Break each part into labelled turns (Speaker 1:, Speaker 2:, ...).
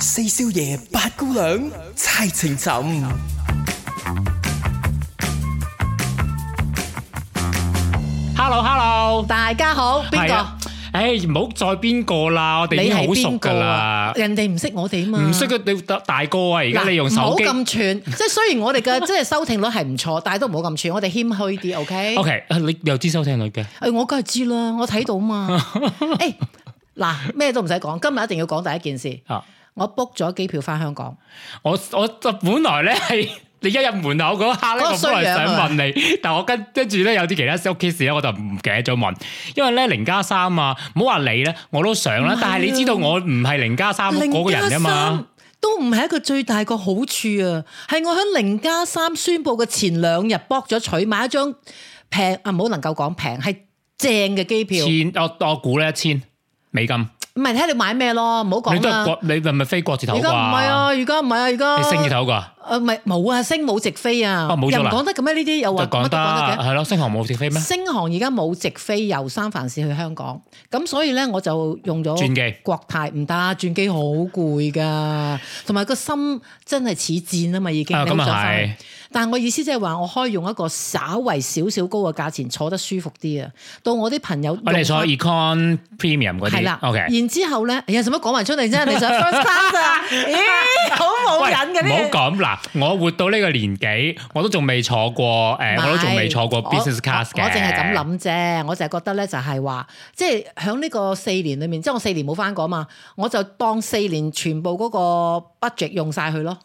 Speaker 1: 四少爺、八姑娘、猜情尋。
Speaker 2: Hello Hello，
Speaker 3: 大家好，邊
Speaker 2: 係
Speaker 3: 個
Speaker 2: 啊？？誒唔好再邊個啦，我哋已經
Speaker 3: 係
Speaker 2: 好熟
Speaker 3: 邊個
Speaker 2: 噶
Speaker 3: 啊
Speaker 2: 啦？，
Speaker 3: 人哋唔識我哋啊嘛，
Speaker 2: 唔識嘅你大大哥啊！而
Speaker 3: Dạ,
Speaker 2: 家你用手機
Speaker 3: 嗱唔好咁串， 即係雖然我哋嘅 即係收聽率係唔錯，但係都唔好咁串，我哋謙虛啲，OK？誒、
Speaker 2: ，OK，啊 ờ, 你又知收聽率嘅，
Speaker 3: 我梗係知啦，我睇 到嘛。誒嗱、咩都唔使講，今日一定要講第一件事，
Speaker 2: 啊
Speaker 3: 我 book 咗機票翻香港。
Speaker 2: 我我就本來咧係。你一入門口嗰刻咧，
Speaker 3: 嗰個
Speaker 2: 我本來
Speaker 3: 衰樣
Speaker 2: 想
Speaker 3: 啊
Speaker 2: 問你，但我跟跟住咧有啲其他屋企事咧，我就唔記得咗問，因為咧零加三啊，唔好話你咧，我都想啦，但係你知道我唔係零加三嗰個人啊嘛，。
Speaker 3: 都唔係一個最大個好處啊，係我喺零加三宣佈嘅前兩日 book 咗取買一張平啊，唔好能夠講平，係正嘅機票。
Speaker 2: 千我我估咧一千美金，
Speaker 3: 唔係睇你買咩咯，唔好
Speaker 2: 你
Speaker 3: 講
Speaker 2: 都係
Speaker 3: 啦
Speaker 2: 國。你係咪飛國字頭
Speaker 3: 而
Speaker 2: 啩？
Speaker 3: 家唔係啊，而家唔係啊，而家
Speaker 2: 你升二頭噶，
Speaker 3: 誒唔係冇啊，升冇直飛啊，
Speaker 2: 哦冇咗
Speaker 3: 又
Speaker 2: 啦
Speaker 3: 唔講得嘅咩？呢啲又
Speaker 2: 就
Speaker 3: 話乜
Speaker 2: 講
Speaker 3: 都
Speaker 2: 得
Speaker 3: 講得嘅。
Speaker 2: 係咯，星航冇直飛咩？
Speaker 3: 星航而家冇直飛由三藩市去香港，咁所以咧我就用咗
Speaker 2: 轉機
Speaker 3: 國泰唔得，啊轉機好攰噶，同埋個心真係似箭啊嘛已經。
Speaker 2: 啊
Speaker 3: 你好
Speaker 2: 咁啊
Speaker 3: 想翻
Speaker 2: 係
Speaker 3: 去但係我意思即係話，我可以用一個稍為少少高嘅價錢坐得舒服啲啊。到我啲朋友
Speaker 2: 我哋
Speaker 3: 用
Speaker 2: 坐
Speaker 3: 返
Speaker 2: Econ Premium 嗰啲，
Speaker 3: 係啦
Speaker 2: OK。
Speaker 3: 然之後咧，有什乜講埋出嚟 啫？你想 first class 啊？咦，好冇
Speaker 2: 喂
Speaker 3: 癮嘅
Speaker 2: 唔好
Speaker 3: 呢啲。
Speaker 2: 咁嗱，我活到呢個年紀，我都仲未坐過誒，我都仲未坐過
Speaker 3: 唔係
Speaker 2: business class 嘅。
Speaker 3: 我我淨係咁，諗啫，我就係覺得咧，就係話，即係喺呢個四年裏面，即係我四年冇翻過嘛，我就當四年全部嗰個 budget 用晒佢咯。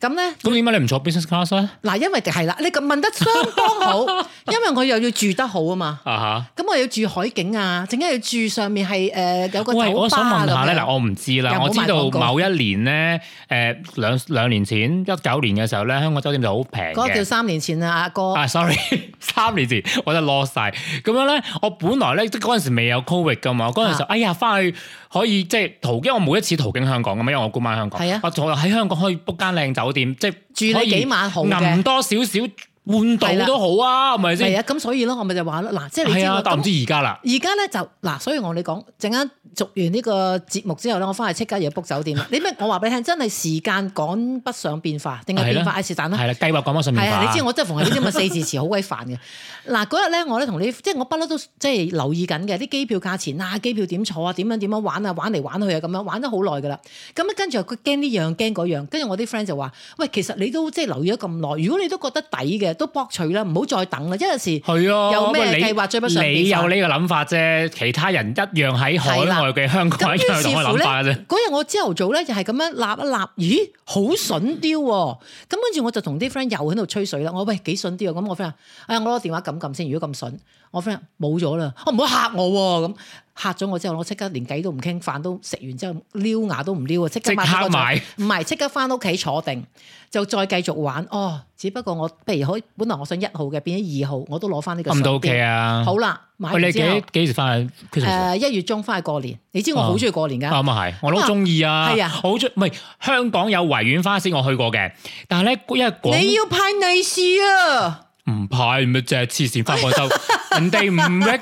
Speaker 3: 咁咧。
Speaker 2: 咁點解你唔坐 business class 咧？
Speaker 3: 嗱，因為係啦，你咁問得相當 好，因為我又要住得好啊嘛，
Speaker 2: 啊
Speaker 3: 咁我要住海景啊，陣間要住上面係誒、呃有
Speaker 2: 嚇！
Speaker 3: 個酒吧
Speaker 2: 喂，我想問下咧，
Speaker 3: 咁樣
Speaker 2: 嗱，我唔知
Speaker 3: 又
Speaker 2: 啦，
Speaker 3: 唔好
Speaker 2: 我知道
Speaker 3: 賣廣告
Speaker 2: 某一年咧，誒兩兩年前一九年嘅時候咧，香港酒店就好平
Speaker 3: 嗰個叫
Speaker 2: 嘅。
Speaker 3: 三年前啊，阿哥。
Speaker 2: 啊，sorry，三 年前我真係 lost 晒。咁樣咧，我本來咧即嗰陣時未有 covid 噶嘛，嗰陣時
Speaker 3: 啊
Speaker 2: 哎呀翻去可以即係途，因為我每一次途經香港咁嘛，因為我姑媽喺香港，
Speaker 3: 係啊
Speaker 2: 我我喺香港可以 book 間靚酒店，即係
Speaker 3: 住你
Speaker 2: 可以
Speaker 3: 幾晚好嘅
Speaker 2: 揞多少少半
Speaker 3: 係
Speaker 2: 島
Speaker 3: 啦
Speaker 2: 都好啊，係咪
Speaker 3: 係
Speaker 2: 先？
Speaker 3: 啊，咁所以咯，我咪就話咯，嗱，即係你知
Speaker 2: 係
Speaker 3: 我
Speaker 2: 啊，但唔知
Speaker 3: 咁
Speaker 2: 而家啦。
Speaker 3: 而家咧就嗱，所以我哋講陣間續完呢個節目之後咧，我翻去即刻要 book 酒店啦。你咩？我話俾你聽，真係時間趕不上變化，定係變化？
Speaker 2: 係啦
Speaker 3: 唉，是但啦。
Speaker 2: 係啦，計劃講翻上面
Speaker 3: 係啊，你知
Speaker 2: 化
Speaker 3: 我真係逢係呢啲咁嘅四字詞好鬼煩嘅。嗱，嗰日咧我咧同你，即係我不嬲都即係留意緊嘅啲機票價錢啊，機票點坐啊，點樣點樣玩啊，玩嚟玩去啊咁樣，玩咗好耐噶啦。咁啊跟住佢驚呢樣驚嗰樣，跟住我啲 friend 就話：喂，其實你都即係留意咗咁耐，如果你都覺得抵嘅，都博取啦，唔好再等啦。因為有時
Speaker 2: 係啊，
Speaker 3: 有咩
Speaker 2: 喂你
Speaker 3: 計劃追不上
Speaker 2: 你
Speaker 3: 變
Speaker 2: 有
Speaker 3: 化
Speaker 2: 呢個諗法啫，其他人一樣喺海
Speaker 3: 係啦
Speaker 2: 外嘅香港
Speaker 3: 咁
Speaker 2: 一樣有同
Speaker 3: 於
Speaker 2: 我
Speaker 3: 是乎
Speaker 2: 諗
Speaker 3: 咧，
Speaker 2: 法嘅啫。
Speaker 3: 嗰日我朝頭早咧就係咁樣立一立，咦，好筍啲喎！咁跟住我就同啲 friend 又喺度吹水啦。我話喂幾筍啲啊！咁我 friend 話：哎呀，我攞電話撳撳先。如果咁筍，我 friend 話冇咗啦，哦我唔好嚇我喎！咁嚇咗我之後，我即刻連偈都唔傾，飯都食完之後，撩牙都唔撩啊！即刻買咗個
Speaker 2: 即刻買
Speaker 3: 唔係即刻翻屋企坐定，就再繼續玩。哦，只不過我譬如可以本來我想一號嘅變咗二號，我都攞翻呢個
Speaker 2: 咁
Speaker 3: 筍
Speaker 2: 都 OK
Speaker 3: 啲！
Speaker 2: 啊。
Speaker 3: 好啦，買
Speaker 2: 喂，
Speaker 3: 完
Speaker 2: 你
Speaker 3: 之後
Speaker 2: 幾。幾時翻去 Christmas 啊？
Speaker 3: 誒一月中翻去過年，你知我好中意過年㗎。
Speaker 2: 啱啊係，我都好中意啊，
Speaker 3: 係啊
Speaker 2: 我好中唔係香港有維園花市我去過嘅，但係咧因為
Speaker 3: 你
Speaker 2: 廣
Speaker 3: 要派利是 啊！
Speaker 2: 唔派咪就係黐線花廣州， 人哋唔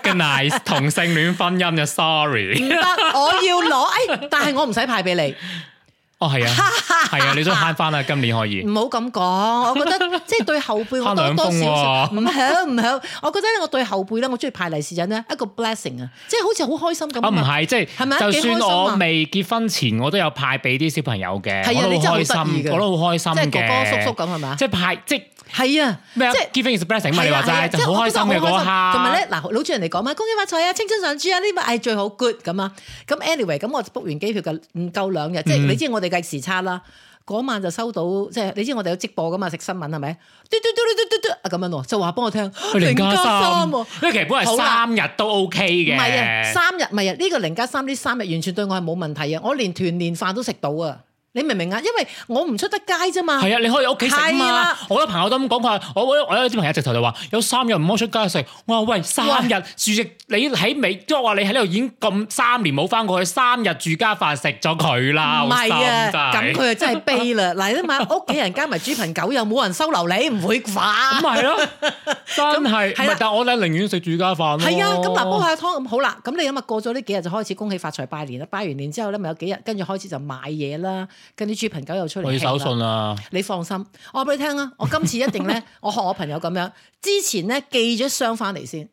Speaker 2: recognise 同性戀婚姻嘅
Speaker 3: 唔
Speaker 2: ，sorry，
Speaker 3: 得，我要攞。誒，但係我唔使派俾你，
Speaker 2: 哦係啊，係啊，你想慳翻啊，今年可以，
Speaker 3: 唔好咁講。我 覺得即係對後輩，我
Speaker 2: 慳兩
Speaker 3: 多多
Speaker 2: 封
Speaker 3: 少少
Speaker 2: 喎
Speaker 3: 唔好唔好。我覺得咧，我對後輩咧，我中意派利是人咧，一個 blessing 啊，即係好似好開心咁
Speaker 2: 啊唔
Speaker 3: 啊。
Speaker 2: 係，即
Speaker 3: 係咪
Speaker 2: 係
Speaker 3: 啊
Speaker 2: 就
Speaker 3: 幾
Speaker 2: 算
Speaker 3: 開心啊
Speaker 2: 我未結婚前，我都有派俾啲小朋友嘅，
Speaker 3: 係啊
Speaker 2: 我
Speaker 3: 你
Speaker 2: 都
Speaker 3: 真係
Speaker 2: 好
Speaker 3: 好
Speaker 2: 開
Speaker 3: 得意
Speaker 2: 心，
Speaker 3: 嘅
Speaker 2: 我都好開心
Speaker 3: 即
Speaker 2: 嘅，
Speaker 3: 係哥哥叔叔咁係嘛
Speaker 2: 即係派即
Speaker 3: 係啊，
Speaker 2: 咩啊
Speaker 3: 即係。
Speaker 2: ？Giving is blessing 嘛，你
Speaker 3: 係
Speaker 2: 話
Speaker 3: 啊係啊
Speaker 2: 齋
Speaker 3: 即
Speaker 2: 就
Speaker 3: 係
Speaker 2: 好
Speaker 3: 我
Speaker 2: 開
Speaker 3: 覺得
Speaker 2: 心嘅
Speaker 3: 好
Speaker 2: 嗰
Speaker 3: 開
Speaker 2: 刻，
Speaker 3: 心同埋咧，嗱，老主人嚟講嘛，恭喜發財啊，青春常駐啊，呢個係最好 good 咁啊。咁 anyway，咁我 book 完機票嘅唔夠兩日，即係你知我哋計時差啦。嗰晚就收到，即係你知我哋有直播噶嘛，食新聞係咪？嘟嘟嘟嘟嘟嘟啊咁樣喎，就話幫我聽
Speaker 2: 佢零加三
Speaker 3: 喎。，
Speaker 2: 因為其實本係
Speaker 3: 好啦
Speaker 2: 三日都 OK 嘅，
Speaker 3: 唔係啊，三日唔係啊，呢、個零加三呢三日完全對我係冇問題啊！我連團年飯都食到啊！你明唔明啊？因為我唔出得街啫嘛。
Speaker 2: 係啊，你可以喺屋企食
Speaker 3: 係
Speaker 2: 嘛
Speaker 3: 啦。
Speaker 2: 我有朋友都咁講，佢話我我我有啲朋友直頭就話有三日唔可以出街食。我話喂，三日住食，你喺美，即係我話你喺呢度已經咁三年冇翻過去，三日住家飯食咗佢啦，
Speaker 3: 唔
Speaker 2: 好心
Speaker 3: 係啊，咁
Speaker 2: 真係
Speaker 3: 佢啊真係悲啦！ 嗱，你買屋企人加埋豬朋狗友，冇人收留你，唔會啩？
Speaker 2: 咁咪係 咯，真係唔
Speaker 3: 係啦
Speaker 2: 係？但係我咧寧願食住家飯咯。
Speaker 3: 係啊，咁嗱煲下湯咁好啦，咁你諗下過咗呢幾日就開始恭喜發財拜年啦，拜完年之後咧咪有幾日跟住開始就買嘢啦，跟啲豬朋狗友出嚟
Speaker 2: 我要
Speaker 3: hea
Speaker 2: 手
Speaker 3: 啦
Speaker 2: 信啊，
Speaker 3: 你放心，我話俾你聽啊，我今次一 定咧，我學我朋友咁樣，之前咧寄咗箱翻嚟先，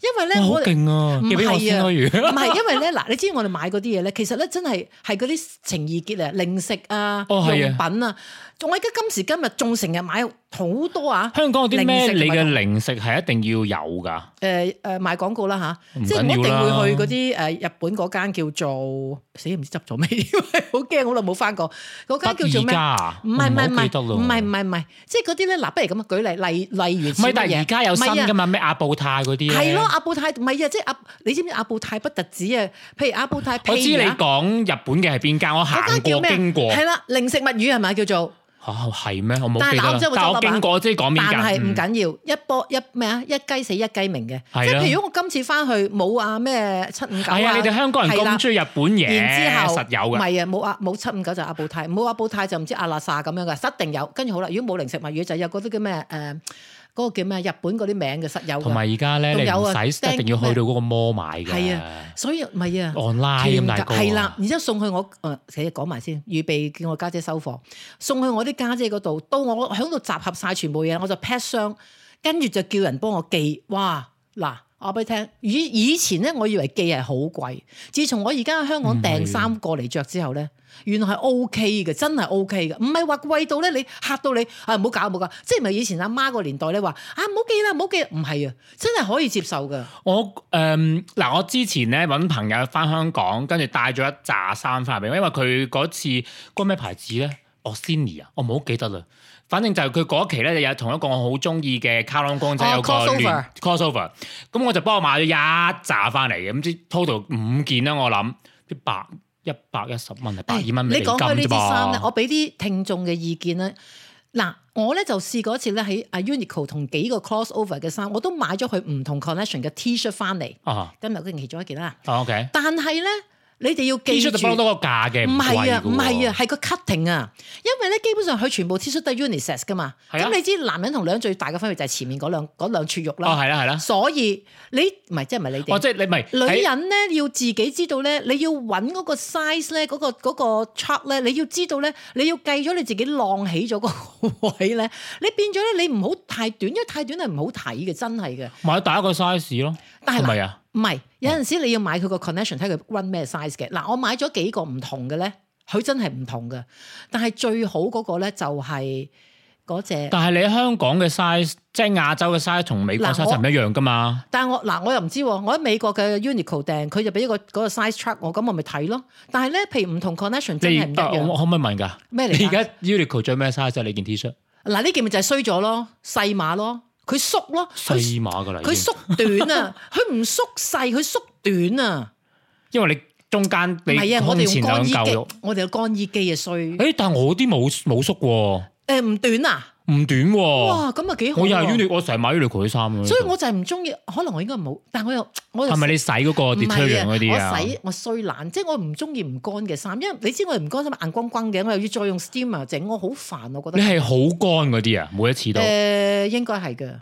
Speaker 3: 因為咧
Speaker 2: 哇，好
Speaker 3: 我哋
Speaker 2: 勁啊！
Speaker 3: 唔
Speaker 2: 寄俾我
Speaker 3: 係
Speaker 2: 先
Speaker 3: 啊，
Speaker 2: 不如。
Speaker 3: 唔係因為咧嗱，你知我哋買嗰啲嘢咧，其實咧真係係嗰啲情意結啊，零食啊、
Speaker 2: 哦係
Speaker 3: 用
Speaker 2: 啊
Speaker 3: 品啊，我而家今時今日仲成日買好多啊，
Speaker 2: 香港有啲咩
Speaker 3: 零食
Speaker 2: 你
Speaker 3: 同埋
Speaker 2: 嘅零食係一定要有㗎？
Speaker 3: 誒誒賣廣告啦吓，
Speaker 2: 唔
Speaker 3: 即係唔一
Speaker 2: 緊
Speaker 3: 定
Speaker 2: 要啦
Speaker 3: 會去嗰啲誒日本嗰間叫做死唔知執咗未， 好驚好耐冇翻過嗰間叫做
Speaker 2: 得而
Speaker 3: 咩
Speaker 2: 家？啊
Speaker 3: 唔係唔係唔
Speaker 2: 我記得
Speaker 3: 係
Speaker 2: 咯
Speaker 3: 唔係唔係唔係，即係嗰啲咧嗱，不如咁啊，舉例例例如
Speaker 2: 唔係，但係而家有新
Speaker 3: 嘅
Speaker 2: 㗎嘛？咩阿布泰嗰啲呢
Speaker 3: 啊係咯，阿布泰唔係啊，即係阿你知唔知阿布泰不特止啊？譬如阿布泰，
Speaker 2: 我知
Speaker 3: 譬
Speaker 2: 你
Speaker 3: 如啊
Speaker 2: 講日本嘅係邊間，我行
Speaker 3: 嗰間
Speaker 2: 過
Speaker 3: 叫咩？啊
Speaker 2: 經過。
Speaker 3: 係啦，零食物語係咪啊叫做？
Speaker 2: 嚇係咩？我冇
Speaker 3: 但係
Speaker 2: 記得
Speaker 3: 嗱我
Speaker 2: 啦。
Speaker 3: 真係會
Speaker 2: 但
Speaker 3: 收
Speaker 2: 我
Speaker 3: 粒啊
Speaker 2: 經過，我知講邊
Speaker 3: 但
Speaker 2: 間。
Speaker 3: 係唔
Speaker 2: 嗯
Speaker 3: 緊要，一波一咩啊？一雞死一雞鳴嘅，
Speaker 2: 係啊
Speaker 3: 即係譬如我今次翻去冇啊咩七五九
Speaker 2: 係啊！
Speaker 3: 啊
Speaker 2: 你，哋香港人
Speaker 3: 係啦
Speaker 2: 咁中意日本嘢，
Speaker 3: 然之後
Speaker 2: 實有
Speaker 3: 唔
Speaker 2: 㗎。
Speaker 3: 係啊，冇阿冇七五九就阿布泰，冇阿布泰就唔知阿拉薩咁樣嘅，一定有。跟住好啦，如果冇零食物語就有嗰啲叫咩誒嗰個叫咩日本嗰啲名嘅實有
Speaker 2: 同
Speaker 3: 嘅，
Speaker 2: 埋而家咧，
Speaker 3: 仲
Speaker 2: 你
Speaker 3: 有
Speaker 2: 唔
Speaker 3: 啊
Speaker 2: 使
Speaker 3: 釘
Speaker 2: 一定要去到嗰個摩買㗎。
Speaker 3: 係啊所以唔係啊。
Speaker 2: ，online 咁大個。
Speaker 3: 係啦，，然之後送去我誒，其實講埋先，預備叫我家姐收貨，送去我啲家姐嗰度，到我喺度集合晒全部嘢，我就 pack 箱，跟住就叫人幫我寄。哇！嗱，我話俾你聽，以以前咧，我以為寄係好貴，自從我而家喺香港訂衫過嚟着之後咧，原來係 O K 嘅，真係 O K 嘅，唔係話貴到咧你嚇到你啊！唔好搞唔好搞，即係咪以前阿媽個年代咧話啊唔好寄啦唔好寄啦，唔係啊，真係可以接受嘅。
Speaker 2: 我誒嗱，我之前咧揾朋友翻香港，跟住帶咗一紮衫翻嚟俾我，因為佢嗰次嗰個咩牌子咧 o s i n i 啊，我唔係好記得啦。反正就係佢嗰期咧，有同一個我好中意嘅卡朗公仔
Speaker 3: 哦
Speaker 2: 有個
Speaker 3: crossover
Speaker 2: 聯 crossover，咁我就幫我買咗一紮翻嚟嘅，咁即 total 五件啦，我諗啲百一百一十蚊啊，百二蚊美
Speaker 3: 你
Speaker 2: 金
Speaker 3: 講開呢
Speaker 2: 啫
Speaker 3: 啲衫咧，
Speaker 2: 噃。
Speaker 3: 我俾啲聽眾嘅意見咧。嗱，我咧就試過一次咧喺啊 Uniqlo 同幾個 crossover 嘅衫，我都買咗佢唔同 connection 嘅 T-shirt 翻嚟，
Speaker 2: 啊
Speaker 3: 今日嗰件其中一件啦。
Speaker 2: 啊，OK。
Speaker 3: 但係咧，你哋要
Speaker 2: T
Speaker 3: 記
Speaker 2: 恤
Speaker 3: 住
Speaker 2: 就，幫到個價嘅，
Speaker 3: 唔係啊，
Speaker 2: 貴㗎
Speaker 3: 唔係
Speaker 2: 喎，
Speaker 3: 啊，係個 cutting 啊，因為咧基本上佢全部 T-shirt 都係 unisex 噶嘛。
Speaker 2: 係啊
Speaker 3: 咁你知男人同女人最大嘅分別就係前面嗰兩嗰兩撮肉
Speaker 2: 哦
Speaker 3: 啦。
Speaker 2: 係啦係 啦，
Speaker 3: 所以你唔係即係唔係你哋
Speaker 2: 哦？即係你咪
Speaker 3: 女人咧要自己知道咧，你要揾嗰個 size 咧，嗰、個嗰、個 chart 咧，你要知道咧，你要計咗你自己浪起咗個位咧，你變咗咧，你唔好太短，因為太短係唔好睇嘅，真係嘅。
Speaker 2: 買第一個 size 咯，
Speaker 3: 但係
Speaker 2: 係
Speaker 3: 嗱
Speaker 2: 咪啊？
Speaker 3: 唔係有陣時你要買佢個 connection 睇佢 run 咩 size 嘅。嗱，我買咗幾個唔同嘅咧，佢真係唔同嘅。但係最好嗰個咧就係嗰只。
Speaker 2: 但係你香港嘅 size，即係亞洲嘅 size 同美國
Speaker 3: 嗱
Speaker 2: size
Speaker 3: 我
Speaker 2: 係唔一樣噶嘛？
Speaker 3: 但係我嗱，我又唔知喎。我喺美國嘅 Uniqlo 訂，佢就俾一個嗰個 size chart 我，咁我咪睇咯。但係咧，譬如唔同 connection 真
Speaker 2: 你
Speaker 3: 係唔一
Speaker 2: 啊
Speaker 3: 樣
Speaker 2: 我。我可唔可以問㗎？
Speaker 3: 咩嚟
Speaker 2: 你
Speaker 3: 㗎
Speaker 2: 而家 Uniqlo 着咩 size 啊？你件 T 恤
Speaker 3: 嗱，呢件咪就係衰咗咯，細碼咯，佢縮咯，佢
Speaker 2: 細碼㗎啦，
Speaker 3: 佢
Speaker 2: 已經，
Speaker 3: 縮短 啊，佢唔縮細，佢縮短啊，
Speaker 2: 因為你中間
Speaker 3: 唔
Speaker 2: 你
Speaker 3: 係啊，我
Speaker 2: 胸
Speaker 3: 哋
Speaker 2: 前
Speaker 3: 用乾
Speaker 2: 兩
Speaker 3: 衣
Speaker 2: 嚿
Speaker 3: 機
Speaker 2: 肉。，
Speaker 3: 我哋有乾衣機啊衰，誒
Speaker 2: 誒，但係我啲冇冇縮喎，
Speaker 3: 唔短啊，
Speaker 2: 唔短喎。
Speaker 3: 哇咁啊幾好
Speaker 2: 哎我又係
Speaker 3: 喎，
Speaker 2: Uniqlo，我成日買 Uniqlo 啲衫㗎
Speaker 3: 所以我就係唔中意，可能我應該冇，但我又我又
Speaker 2: 係咪你洗嗰個
Speaker 3: 唔
Speaker 2: detergent 嗰啲
Speaker 3: 係啊，
Speaker 2: 啊
Speaker 3: 我？洗我衰懶，即係我唔中意唔乾嘅衫，因為你知我哋唔乾衫硬光光嘅，我又要再用 steamer 整，我好煩我覺
Speaker 2: 你
Speaker 3: 得，
Speaker 2: 係好乾嗰啲啊？每一次都。
Speaker 3: 誒應該係嘅，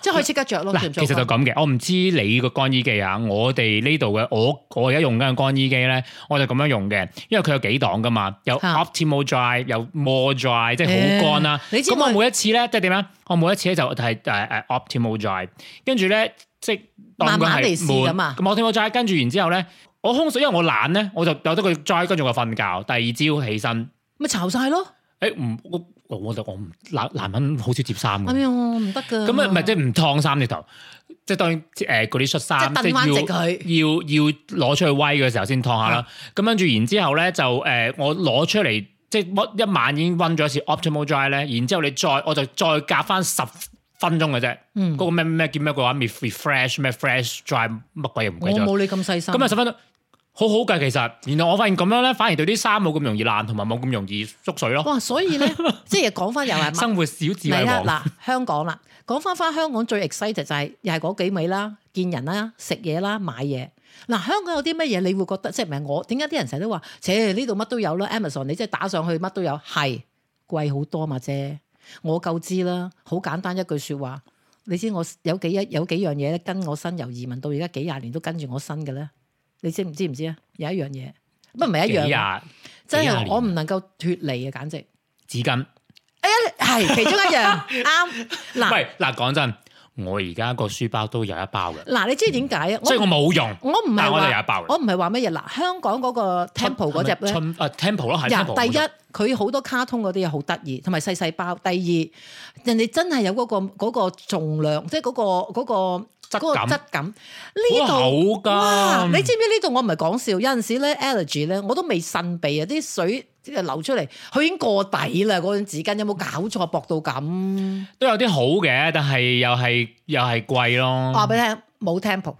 Speaker 3: 即係可以即刻着咯，
Speaker 2: 嗱
Speaker 3: 着唔，着
Speaker 2: 其實就
Speaker 3: 乾
Speaker 2: 咁嘅，我唔知你個乾衣機啊，我哋呢度嘅我我而家用緊嘅乾衣機咧，我就咁樣用嘅，因為佢有幾檔噶嘛，有
Speaker 3: 嚇
Speaker 2: optimal dry，有 more dry，即係好乾啦。
Speaker 3: 誒你知
Speaker 2: 咁我
Speaker 3: 我
Speaker 2: 每一次咧，即係點咧？啊我每一次咧就係誒誒 optimal dry，跟住咧即係當佢
Speaker 3: 慢慢嚟
Speaker 2: 係
Speaker 3: 試
Speaker 2: 滿
Speaker 3: 咁啊
Speaker 2: optimal dry，跟住然之後咧，我空水，因為我懶咧，我就由得佢 dry，跟住我瞓覺，第二朝起身，
Speaker 3: 咪巢晒咯，
Speaker 2: 誒唔我我我就我唔男男人好少接衫嘅
Speaker 3: 哎。呀唔得㗎，
Speaker 2: 咁啊，唔係即係唔燙衫直頭，即係當然誒嗰啲恤衫，
Speaker 3: 即係
Speaker 2: 即
Speaker 3: 燉
Speaker 2: 係
Speaker 3: 翻
Speaker 2: 要
Speaker 3: 直佢啊
Speaker 2: 要要攞出去威嘅時候先燙下啦。咁跟住然之後咧就誒、呃我攞出嚟即係一晚已經温咗一次 optimal dry 咧，然之後你再我就再隔翻十分鐘嘅啫。
Speaker 3: 嗯
Speaker 2: 嗰個咩咩叫咩嘅話咩 refresh 咩 fresh dry 乜鬼嘢唔
Speaker 3: 我
Speaker 2: 鬼咗。
Speaker 3: 冇你咁細心。
Speaker 2: 咁啊十分鐘。好好㗎，其實，原來我發現咁樣咧，反而對啲衫冇咁容易爛，同埋冇咁容易縮水咯。
Speaker 3: 哇！所以 咧，即係講翻又係
Speaker 2: 生活小智慧
Speaker 3: 嚟啦
Speaker 2: 王，
Speaker 3: 嗱，香港啦，講翻翻香港最 excited 就係又係嗰幾味啦，見人啦，食嘢啦，買嘢。嗱，香港有啲乜嘢你會覺得即係唔係我？點解啲人成日都話，切呢度乜都有啦，Amazon 你即係打上去乜都有，係貴好多嘛啫。我夠知啦，好簡單一句説話。你知我有幾一有幾樣嘢咧，跟我身由移民到而家幾廿年都跟住我身嘅咧。你知唔知唔知啊？有一樣嘢，乜唔係一
Speaker 2: 幾
Speaker 3: 樣啊
Speaker 2: 日？
Speaker 3: 真
Speaker 2: 幾廿
Speaker 3: 係
Speaker 2: 年
Speaker 3: 我唔能夠脱離啊，簡直。哎
Speaker 2: 紙巾。
Speaker 3: 係其中一 樣啱嗱
Speaker 2: 喂，嗱講真，我而家個書包都有一包嘅，
Speaker 3: 嗱，你知點解啊？
Speaker 2: 所以我冇用。
Speaker 3: 我唔
Speaker 2: 但
Speaker 3: 係
Speaker 2: 係我哋有
Speaker 3: 話
Speaker 2: 一包嘅
Speaker 3: 我唔係話乜嘢嗱，香港嗰個 Temple 嗰只咧。
Speaker 2: 春啊 Temple 咯，係
Speaker 3: 呀
Speaker 2: Temple 冇
Speaker 3: 第一
Speaker 2: 用，
Speaker 3: 佢好多卡通嗰啲嘢好得意，同埋細細包。第二，人哋真係有嗰、個嗰、個重量，即係嗰、個嗰、個
Speaker 2: 質
Speaker 3: 嗰個
Speaker 2: 感
Speaker 3: 質感。呢
Speaker 2: 好厚啊
Speaker 3: 度
Speaker 2: 㗎
Speaker 3: 哇！你知唔知呢度我唔係講笑，有陣時咧 allergy 咧，我都未擤鼻啊，啲水即係流出嚟，佢已經過底啦。嗰張紙巾有冇搞錯薄到咁？
Speaker 2: 都有啲好嘅，但係又係又係貴
Speaker 3: 我話
Speaker 2: 咯。
Speaker 3: 俾你聽，冇 temple。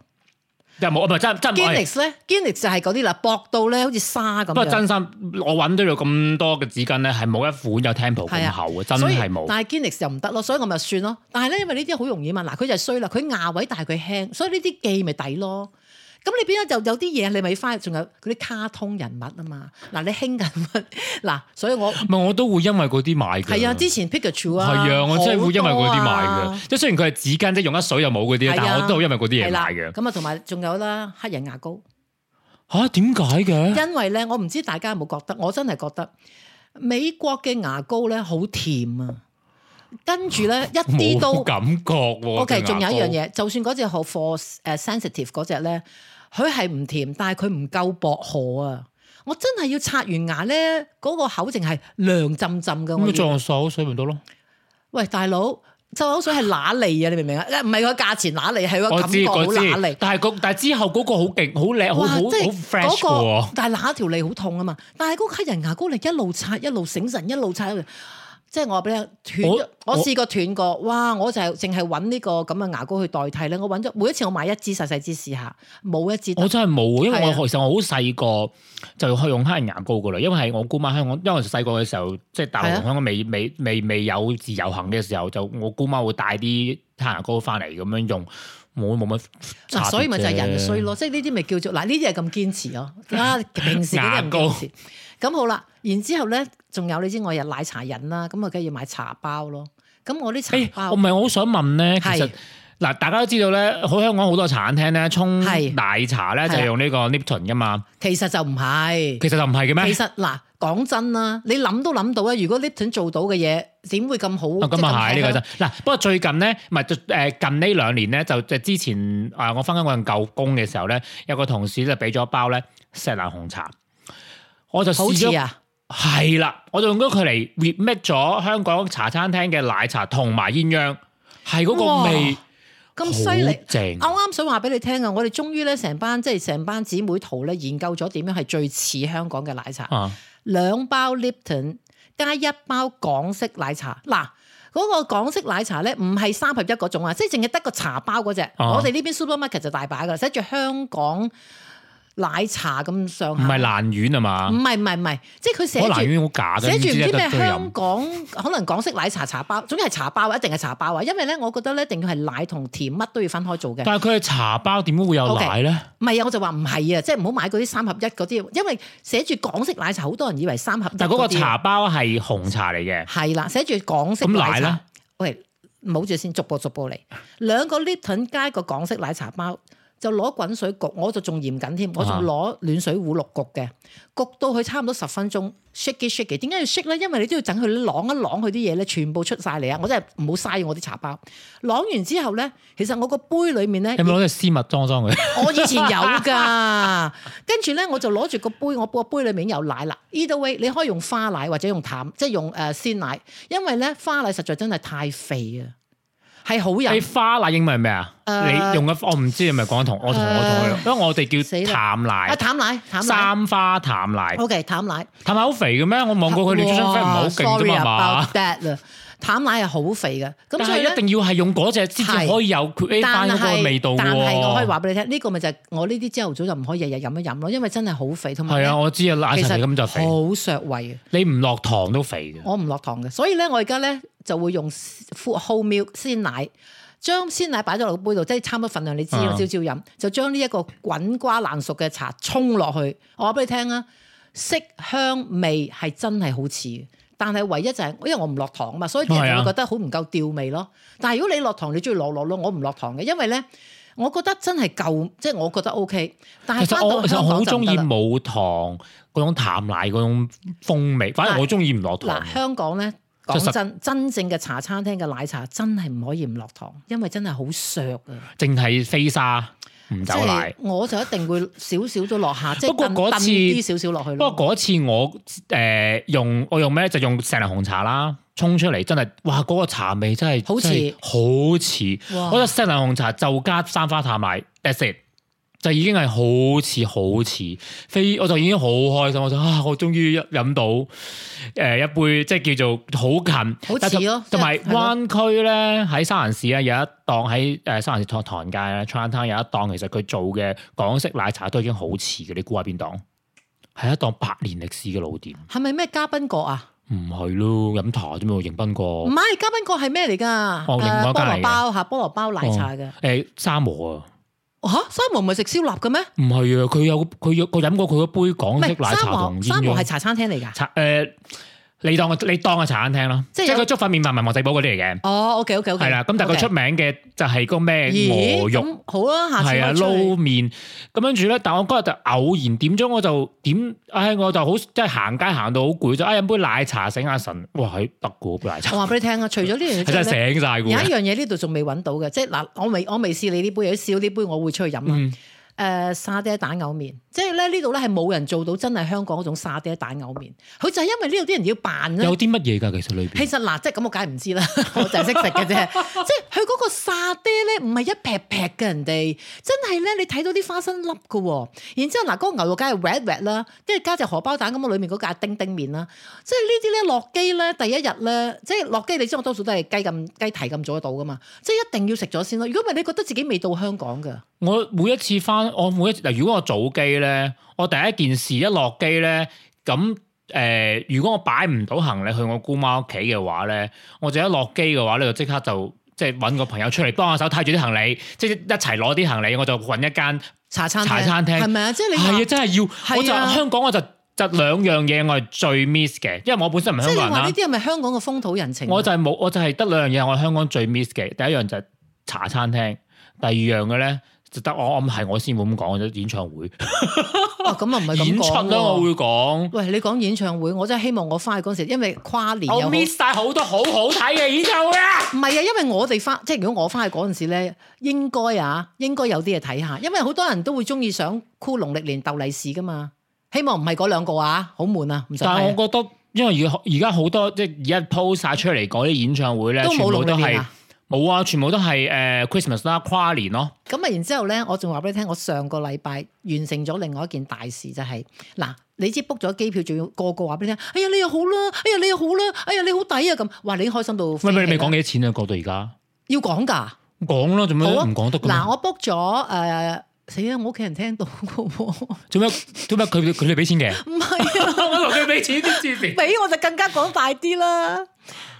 Speaker 2: 又冇唔係真真唔係
Speaker 3: Guinness 咧，Guinness 就係嗰啲啦，薄到咧好似沙
Speaker 2: 不
Speaker 3: 咁
Speaker 2: 過
Speaker 3: 樣。
Speaker 2: 真心，我揾到有咁多嘅紙巾咧，係冇一款有 Temple
Speaker 3: 係
Speaker 2: 咁
Speaker 3: 啊
Speaker 2: 厚嘅，真
Speaker 3: 所以
Speaker 2: 係冇。
Speaker 3: 但係 Guinness 又唔得咯，所以我咪算咯。但係咧，因為呢啲好容易嘛，嗱佢就係衰啦，佢牙位但係佢輕，所以呢啲記咪抵咯。咁你變咗就有啲嘢你咪翻，仲有嗰啲卡通人物啊嘛。嗱你興緊乜？嗱，所以我
Speaker 2: 唔係我都會因為嗰啲買嘅。
Speaker 3: 係啊，之前 Pikachu 啊，
Speaker 2: 係啊，我真係會因為嗰啲買
Speaker 3: 好多
Speaker 2: 嘅
Speaker 3: 啊。
Speaker 2: 即係雖然佢係紙巾，即係用一水又冇嗰啲，
Speaker 3: 係啊
Speaker 2: 但係我都好因為嗰啲嘢
Speaker 3: 係啦
Speaker 2: 買嘅。
Speaker 3: 咁啊，同埋仲有啦，黑人牙膏。
Speaker 2: 吓，點解嘅？
Speaker 3: 因為咧，我唔知大家有冇覺得，我真係覺得美國嘅牙膏咧好甜啊，跟住咧一啲
Speaker 2: 冇
Speaker 3: 都。
Speaker 2: 感覺喎。
Speaker 3: O.K.
Speaker 2: 對
Speaker 3: 仲有
Speaker 2: 牙
Speaker 3: 一
Speaker 2: 膏
Speaker 3: 樣，嘢，就算嗰只好 for 誒 sensitive 嗰只咧，佢係唔甜，但係佢唔夠薄荷啊！我真係要刷完牙咧，嗰、個口淨係涼浸浸嘅。
Speaker 2: 咁啊
Speaker 3: 我
Speaker 2: 咪
Speaker 3: 要
Speaker 2: 撞手水咪得咯。
Speaker 3: 喂，大佬，漱口水係乸脷啊！你明唔明啊？唔係個價錢乸脷，係個
Speaker 2: 我
Speaker 3: 感
Speaker 2: 知
Speaker 3: 覺好
Speaker 2: 我知
Speaker 3: 乸脷，。
Speaker 2: 但係個但係之後嗰個好勁，好靚，好好好
Speaker 3: 即係
Speaker 2: fresh 嘅
Speaker 3: 嗰
Speaker 2: 喎
Speaker 3: 個，。但係乸條脷好痛啊嘛！但係嗰個黑人牙膏，你一路刷一路醒神，一路刷一路。即係我話俾你聽，
Speaker 2: 我
Speaker 3: 斷咗我
Speaker 2: 我
Speaker 3: 試過斷過，哇！我就係淨係揾呢個咁嘅牙膏去代替咧。我揾咗每一次我買一支細細支試下，冇一支得
Speaker 2: 我真係冇喎，因為
Speaker 3: 係啊
Speaker 2: 我其實我好細個就去用黑人牙膏噶啦，因為係我姑媽香港，因為我細個嘅時候即係大
Speaker 3: 係
Speaker 2: 陸
Speaker 3: 啊
Speaker 2: 同香港未未未未有自由行嘅時候，就我姑媽會帶啲黑人牙膏翻嚟咁樣用，冇冇乜差別啫
Speaker 3: 嗱，所以咪就係人衰咯，即係呢啲咪叫做嗱，呢啲係咁堅持 咯。啊，平時啲
Speaker 2: 牙
Speaker 3: 人唔
Speaker 2: 膏
Speaker 3: 堅持。咁好啦，然之後咧，仲有你知我有奶茶癮啦，咁啊，梗係要買茶包咯。咁我啲
Speaker 2: 誒
Speaker 3: 茶，包
Speaker 2: 哎我唔係我好想問咧，其
Speaker 3: 係
Speaker 2: 實。嗱，大家都知道咧，好香港好多茶餐廳咧，沖
Speaker 3: 係
Speaker 2: 奶茶咧
Speaker 3: 係啊
Speaker 2: 就係用呢個 Lipton 噶嘛，
Speaker 3: 其實就唔係，
Speaker 2: 其實就唔係嘅
Speaker 3: 其
Speaker 2: 咩？
Speaker 3: 實嗱講真啦，你諗都諗到啊！如果 Lipton 做到嘅嘢，點會咁好？
Speaker 2: 啊咁啊係呢
Speaker 3: 即係咁
Speaker 2: 個
Speaker 3: 香
Speaker 2: 真。嗱，不過最近咧，唔係誒近呢兩年咧，就就之前啊，我翻緊我份舊工嘅時候咧，有個同事就俾咗一包咧錫蘭紅茶，我就
Speaker 3: 好
Speaker 2: 試
Speaker 3: 似
Speaker 2: 咗
Speaker 3: 啊，
Speaker 2: 係啦，我就用咗佢嚟 remake 咗香港茶餐廳嘅奶茶同埋鴛鴦，係嗰個
Speaker 3: 哇
Speaker 2: 味
Speaker 3: 咁犀利
Speaker 2: 好！正
Speaker 3: 我。啱想話俾你聽啊！我哋終於咧成班即係成班姊妹淘咧研究咗點樣係最似香港嘅奶茶。
Speaker 2: 啊！
Speaker 3: 兩包 Lipton 加一包港式奶茶。嗱，嗰、個港式奶茶咧唔係三合一嗰種啊，即係淨係得個茶包嗰只。
Speaker 2: 哦
Speaker 3: 我哋呢邊 supermarket 就大把噶，寫住香港奶茶咁上
Speaker 2: 唔
Speaker 3: 下。
Speaker 2: 係蘭丸啊嘛
Speaker 3: 唔，係唔係唔係，即係佢嗯寫
Speaker 2: 可能蘭
Speaker 3: 住。
Speaker 2: 丸好假嘅，
Speaker 3: 寫住唔
Speaker 2: 知
Speaker 3: 知
Speaker 2: 得
Speaker 3: 咩
Speaker 2: 都
Speaker 3: 香
Speaker 2: 飲。
Speaker 3: 港，可能港式奶茶茶包，總之係茶包啊，一定係茶包啊，因為咧，我覺得咧，一定要係奶同甜乜都要分開做嘅。
Speaker 2: 但係佢嘅茶包點解會有
Speaker 3: OK
Speaker 2: 奶咧？
Speaker 3: 唔係啊，我就話唔係啊，即係唔好買嗰啲三合一嗰啲，因為寫住港式奶茶，好多人以為三合一。
Speaker 2: 但係嗰個茶包係紅茶嚟嘅，
Speaker 3: 係啦，寫住港式
Speaker 2: 咁
Speaker 3: 奶
Speaker 2: 奶
Speaker 3: 茶
Speaker 2: 咧。
Speaker 3: 喂，冇住先，逐步逐步嚟。兩個 Lipton 加一個港式奶茶包，就攞滾水焗，我就仲嚴謹添，我仲
Speaker 2: 啊
Speaker 3: 攞暖水壺落焗嘅，焗到佢差唔多十分鐘，shake it shake it。點解要 shake 咧？因為你都要整佢啷一啷佢啲嘢咧，全部出晒嚟啊！我真係唔好嘥我啲茶包。啷完之後咧，其實我個杯裡面咧
Speaker 2: 有。冇攞隻絲襪裝 裝佢？
Speaker 3: 我以前有 噶，跟住咧我就攞住個杯，我個杯裏面有奶啦。Either way，你可以用花奶或者用淡，即係用誒鮮奶，因為咧花奶實在真係太肥啊，係好
Speaker 2: 你
Speaker 3: 飲。
Speaker 2: 花奶英文係咩啊？
Speaker 3: 誒
Speaker 2: 你用嘅我唔知係咪講同我同我同佢，因為我哋
Speaker 3: 呃死
Speaker 2: 叫
Speaker 3: 啦
Speaker 2: 淡
Speaker 3: 啊
Speaker 2: 奶、
Speaker 3: 淡奶，淡奶。
Speaker 2: 三花淡奶，
Speaker 3: O.K. 淡奶。
Speaker 2: 淡奶好肥嘅咩？我望過佢 nutrition fact 唔係好勁啫嘛
Speaker 3: 哇
Speaker 2: 嘛
Speaker 3: Sorry，about，that 啦，淡奶係好肥嘅，咁
Speaker 2: 但
Speaker 3: 啊所
Speaker 2: 係
Speaker 3: 以咧
Speaker 2: 一。定要係用嗰只先至
Speaker 3: 係
Speaker 2: 可以有 create 翻
Speaker 3: 但
Speaker 2: 嗰個味道
Speaker 3: 係，但係我可以
Speaker 2: 喎。
Speaker 3: 話俾你聽，呢個咪就係我呢啲朝頭早就唔可以日日飲一飲咯，因為真係好肥，同埋
Speaker 2: 係
Speaker 3: 呢
Speaker 2: 啊，我知啊，奶
Speaker 3: 其
Speaker 2: 茶
Speaker 3: 實
Speaker 2: 嚟咁就肥，
Speaker 3: 好削胃啊。
Speaker 2: 你唔落糖都肥嘅。
Speaker 3: 我唔落糖嘅，所以咧我而家咧就會用 full whole milk 鮮奶，將鮮奶擺咗落個杯度，即係差唔多份量，你知啦，
Speaker 2: 嗯
Speaker 3: 朝朝飲，就將呢一個滾瓜爛熟嘅茶沖落去。我話俾你聽啊，色香味係真係好似嘅，但係唯一就係、因為我唔落糖啊嘛，所以啲人就
Speaker 2: 係啊
Speaker 3: 會覺得好唔夠調味咯。但係如果你落糖，你中意落落咯，我唔落糖嘅，因為咧。我覺得真係夠，即係我覺得 O K。但係
Speaker 2: 其實
Speaker 3: 翻到
Speaker 2: 我其實
Speaker 3: 香
Speaker 2: 我好
Speaker 3: 港就
Speaker 2: 中
Speaker 3: 唔
Speaker 2: 意
Speaker 3: 得啦。
Speaker 2: 冇糖嗰種淡奶嗰種風味，反而我中意唔落糖
Speaker 3: 嗱，。香港咧
Speaker 2: 就
Speaker 3: 講
Speaker 2: 實
Speaker 3: 真，真正嘅茶餐廳嘅奶茶真係唔可以唔落糖，因為真係好削啊！
Speaker 2: 淨係飛沙唔
Speaker 3: 即
Speaker 2: 走
Speaker 3: 係
Speaker 2: 奶。
Speaker 3: 我就一定會少少都落下，即係
Speaker 2: 不過
Speaker 3: 燉
Speaker 2: 嗰
Speaker 3: 燉
Speaker 2: 次
Speaker 3: 啲少少落去
Speaker 2: 不
Speaker 3: 咯。
Speaker 2: 過嗰次我誒、呃用我用咩咧？就用石榴紅茶啦，沖出嚟真係哇！嗰、個茶味真係
Speaker 3: 好似
Speaker 2: 真係好似
Speaker 3: 哇
Speaker 2: 我覺得石榴紅茶就加三花淡奶，that's it。就已經係好似好似飛，我就已經好開心。我就啊，我終於飲到誒、呃一杯，即係叫做好近，
Speaker 3: 好
Speaker 2: 但
Speaker 3: 似
Speaker 2: 同
Speaker 3: 咯
Speaker 2: 同埋
Speaker 3: 即係係咯
Speaker 2: 灣區咧，喺沙蘭市啊，有一檔喺誒沙蘭市唐唐街咧 c h i n t o w n 有一檔，其實佢做嘅港式奶茶都已經好似嘅。你估下邊檔？係一檔百年歷史嘅老店，
Speaker 3: 係咪咩嘉賓角啊？
Speaker 2: 唔係咯，飲茶啫嘛，迎賓過
Speaker 3: 唔係嘉賓角係咩嚟㗎？
Speaker 2: 哦另外
Speaker 3: 誒
Speaker 2: 一間嚟
Speaker 3: 菠
Speaker 2: 嘅
Speaker 3: 蘿包嚇，菠蘿包奶茶嘅
Speaker 2: 誒、欸沙漠啊，
Speaker 3: 嚇，三毛唔係食燒臘嘅咩？
Speaker 2: 唔係啊，佢有佢有佢飲過佢嗰杯
Speaker 3: 唔
Speaker 2: 港式奶
Speaker 3: 係三
Speaker 2: 茶
Speaker 3: 毛，
Speaker 2: 同
Speaker 3: 三毛係
Speaker 2: 鴛鴦
Speaker 3: 茶餐廳嚟㗎。
Speaker 2: 茶誒。你當個你當個茶餐廳啦，
Speaker 3: 即
Speaker 2: 即
Speaker 3: 係
Speaker 2: 係
Speaker 3: 有
Speaker 2: 佢粥粉麵飯埋莫仔煲嗰啲嚟嘅，
Speaker 3: 哦，OK OK OK，
Speaker 2: 係啦。咁但係佢出名嘅就係個咩鵝肉
Speaker 3: 咁好啊，下次
Speaker 2: 係啊，
Speaker 3: 可以出去
Speaker 2: 撈面咁跟住咧，但我嗰日就偶然點咗，我就點，唉，我就好即係行街行到好攰，就唉飲杯奶茶醒下神，哇，係得嘅喎杯奶
Speaker 3: 我
Speaker 2: 茶，
Speaker 3: 話俾你聽啊，除咗呢樣嘢
Speaker 2: 係
Speaker 3: 之外
Speaker 2: 真係
Speaker 3: 咧
Speaker 2: 醒晒嘅
Speaker 3: 有一
Speaker 2: 喎。
Speaker 3: 樣啊嘢呢度仲未揾到嘅，即係 嗱，我未我未試你呢杯，有啲試呢杯我會出去飲啦。誒、
Speaker 2: 嗯
Speaker 3: 沙爹蛋牛面，即係咧呢度咧係冇人做到真係香港嗰種沙爹蛋牛面，佢就係因為呢度啲人要扮咧
Speaker 2: 有。啲乜嘢㗎？其實裏
Speaker 3: 其
Speaker 2: 邊
Speaker 3: 實嗱，即係咁我梗係唔知啦， 我就係 識食嘅啫。即係佢嗰個沙爹咧，唔係一劈劈嘅人哋，真係咧你睇到啲花生粒嘅喎。然之後嗱，嗰、個牛肉梗係 red red 啦，跟住加隻荷包蛋咁，我裡面嗰個係丁丁面啦。即係呢啲咧落機咧，第一日咧，即係落機，你知我多數都係雞咁雞蹄咁做得到噶嘛。即係一定要食咗先咯。如果唔係，你覺得自己未到香港㗎。
Speaker 2: 我每一次翻，我每一嗱，如果我早機咧，我第一件事一落機咧，咁誒、呃如果我擺唔到行李去我姑媽屋企嘅話咧，我就一落機嘅話咧，就即刻就。即係揾個朋友出嚟幫下手，睇住啲行李，即係一齊攞啲行李，我就揾一間
Speaker 3: 茶餐廳
Speaker 2: 茶餐廳
Speaker 3: 係咪啊？即係你話
Speaker 2: 係啊，真係要，
Speaker 3: 啊
Speaker 2: 我就香港我就就兩樣嘢我係最 miss 嘅，因為我本身唔係
Speaker 3: 即
Speaker 2: 香
Speaker 3: 係你
Speaker 2: 港人
Speaker 3: 話呢
Speaker 2: 啦，
Speaker 3: 啲係咪香港嘅風土人情啊？
Speaker 2: 我就係冇，我就係得兩樣嘢我係香港最 miss 嘅，第一樣就係茶餐廳，第二樣嘅咧就得我我唔係我先會咁講嘅啫，演唱會、
Speaker 3: 哦咁啊，唔係咁
Speaker 2: 演出
Speaker 3: 講
Speaker 2: 啦，我
Speaker 3: 喎
Speaker 2: 會 講，
Speaker 3: 喂，你講演唱會，我真係希望我翻去嗰陣時，因為跨年又
Speaker 2: 我
Speaker 3: 好，唔
Speaker 2: miss 晒好多好好睇嘅演唱會啊！
Speaker 3: 係啊，因為我哋翻，即係如果我翻去嗰陣時咧，應該啊，應該有啲嘢睇下，因為好多人都會中意想箍農曆年鬥利是噶嘛。希望唔係嗰兩個啊，好悶啊，唔想
Speaker 2: 但係
Speaker 3: 睇啊
Speaker 2: 我覺得，因為而而家好多即係而家 post 晒出嚟嗰啲演唱會咧，
Speaker 3: 都
Speaker 2: 全
Speaker 3: 冇
Speaker 2: 部
Speaker 3: 農
Speaker 2: 都
Speaker 3: 曆年
Speaker 2: 係
Speaker 3: 啊。
Speaker 2: 冇啊，全部都係誒 Christmas 啦、跨年咯。
Speaker 3: 咁啊，然之後咧，我仲話俾你聽，我上個禮拜完成咗另外一件大事，就係、嗱，你知 book 咗機票，仲要個個話俾你聽，哎呀你又好啦，哎呀你又好啦，哎呀你好抵啊咁，哇你已經開心到
Speaker 2: 喂，
Speaker 3: 飛
Speaker 2: 喂
Speaker 3: 起
Speaker 2: 你未
Speaker 3: 啦
Speaker 2: 講幾多錢啊？過到而家。
Speaker 3: 要講㗎。
Speaker 2: 講啦，做咩
Speaker 3: 好啊
Speaker 2: 唔講得㗎
Speaker 3: 嗱，
Speaker 2: 嘛？
Speaker 3: 我 book 咗誒，死啦！我屋企人聽到嘅喎， 唔
Speaker 2: 做咩做咩佢佢哋俾錢嘅？
Speaker 3: 係啊，
Speaker 2: 我同佢俾錢啲黐線。
Speaker 3: 俾我就更加講大啲啦。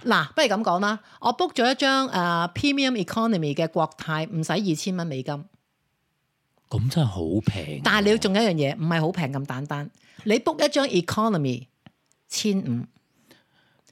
Speaker 3: 嗱，不如咁講啦，我 book 咗一張誒、呃 Premium Economy 嘅國泰，唔使二千蚊美金，
Speaker 2: 咁真係好平。
Speaker 3: 但係你要仲有一樣嘢，唔係好平咁簡單。你 book 一張 Economy 千五，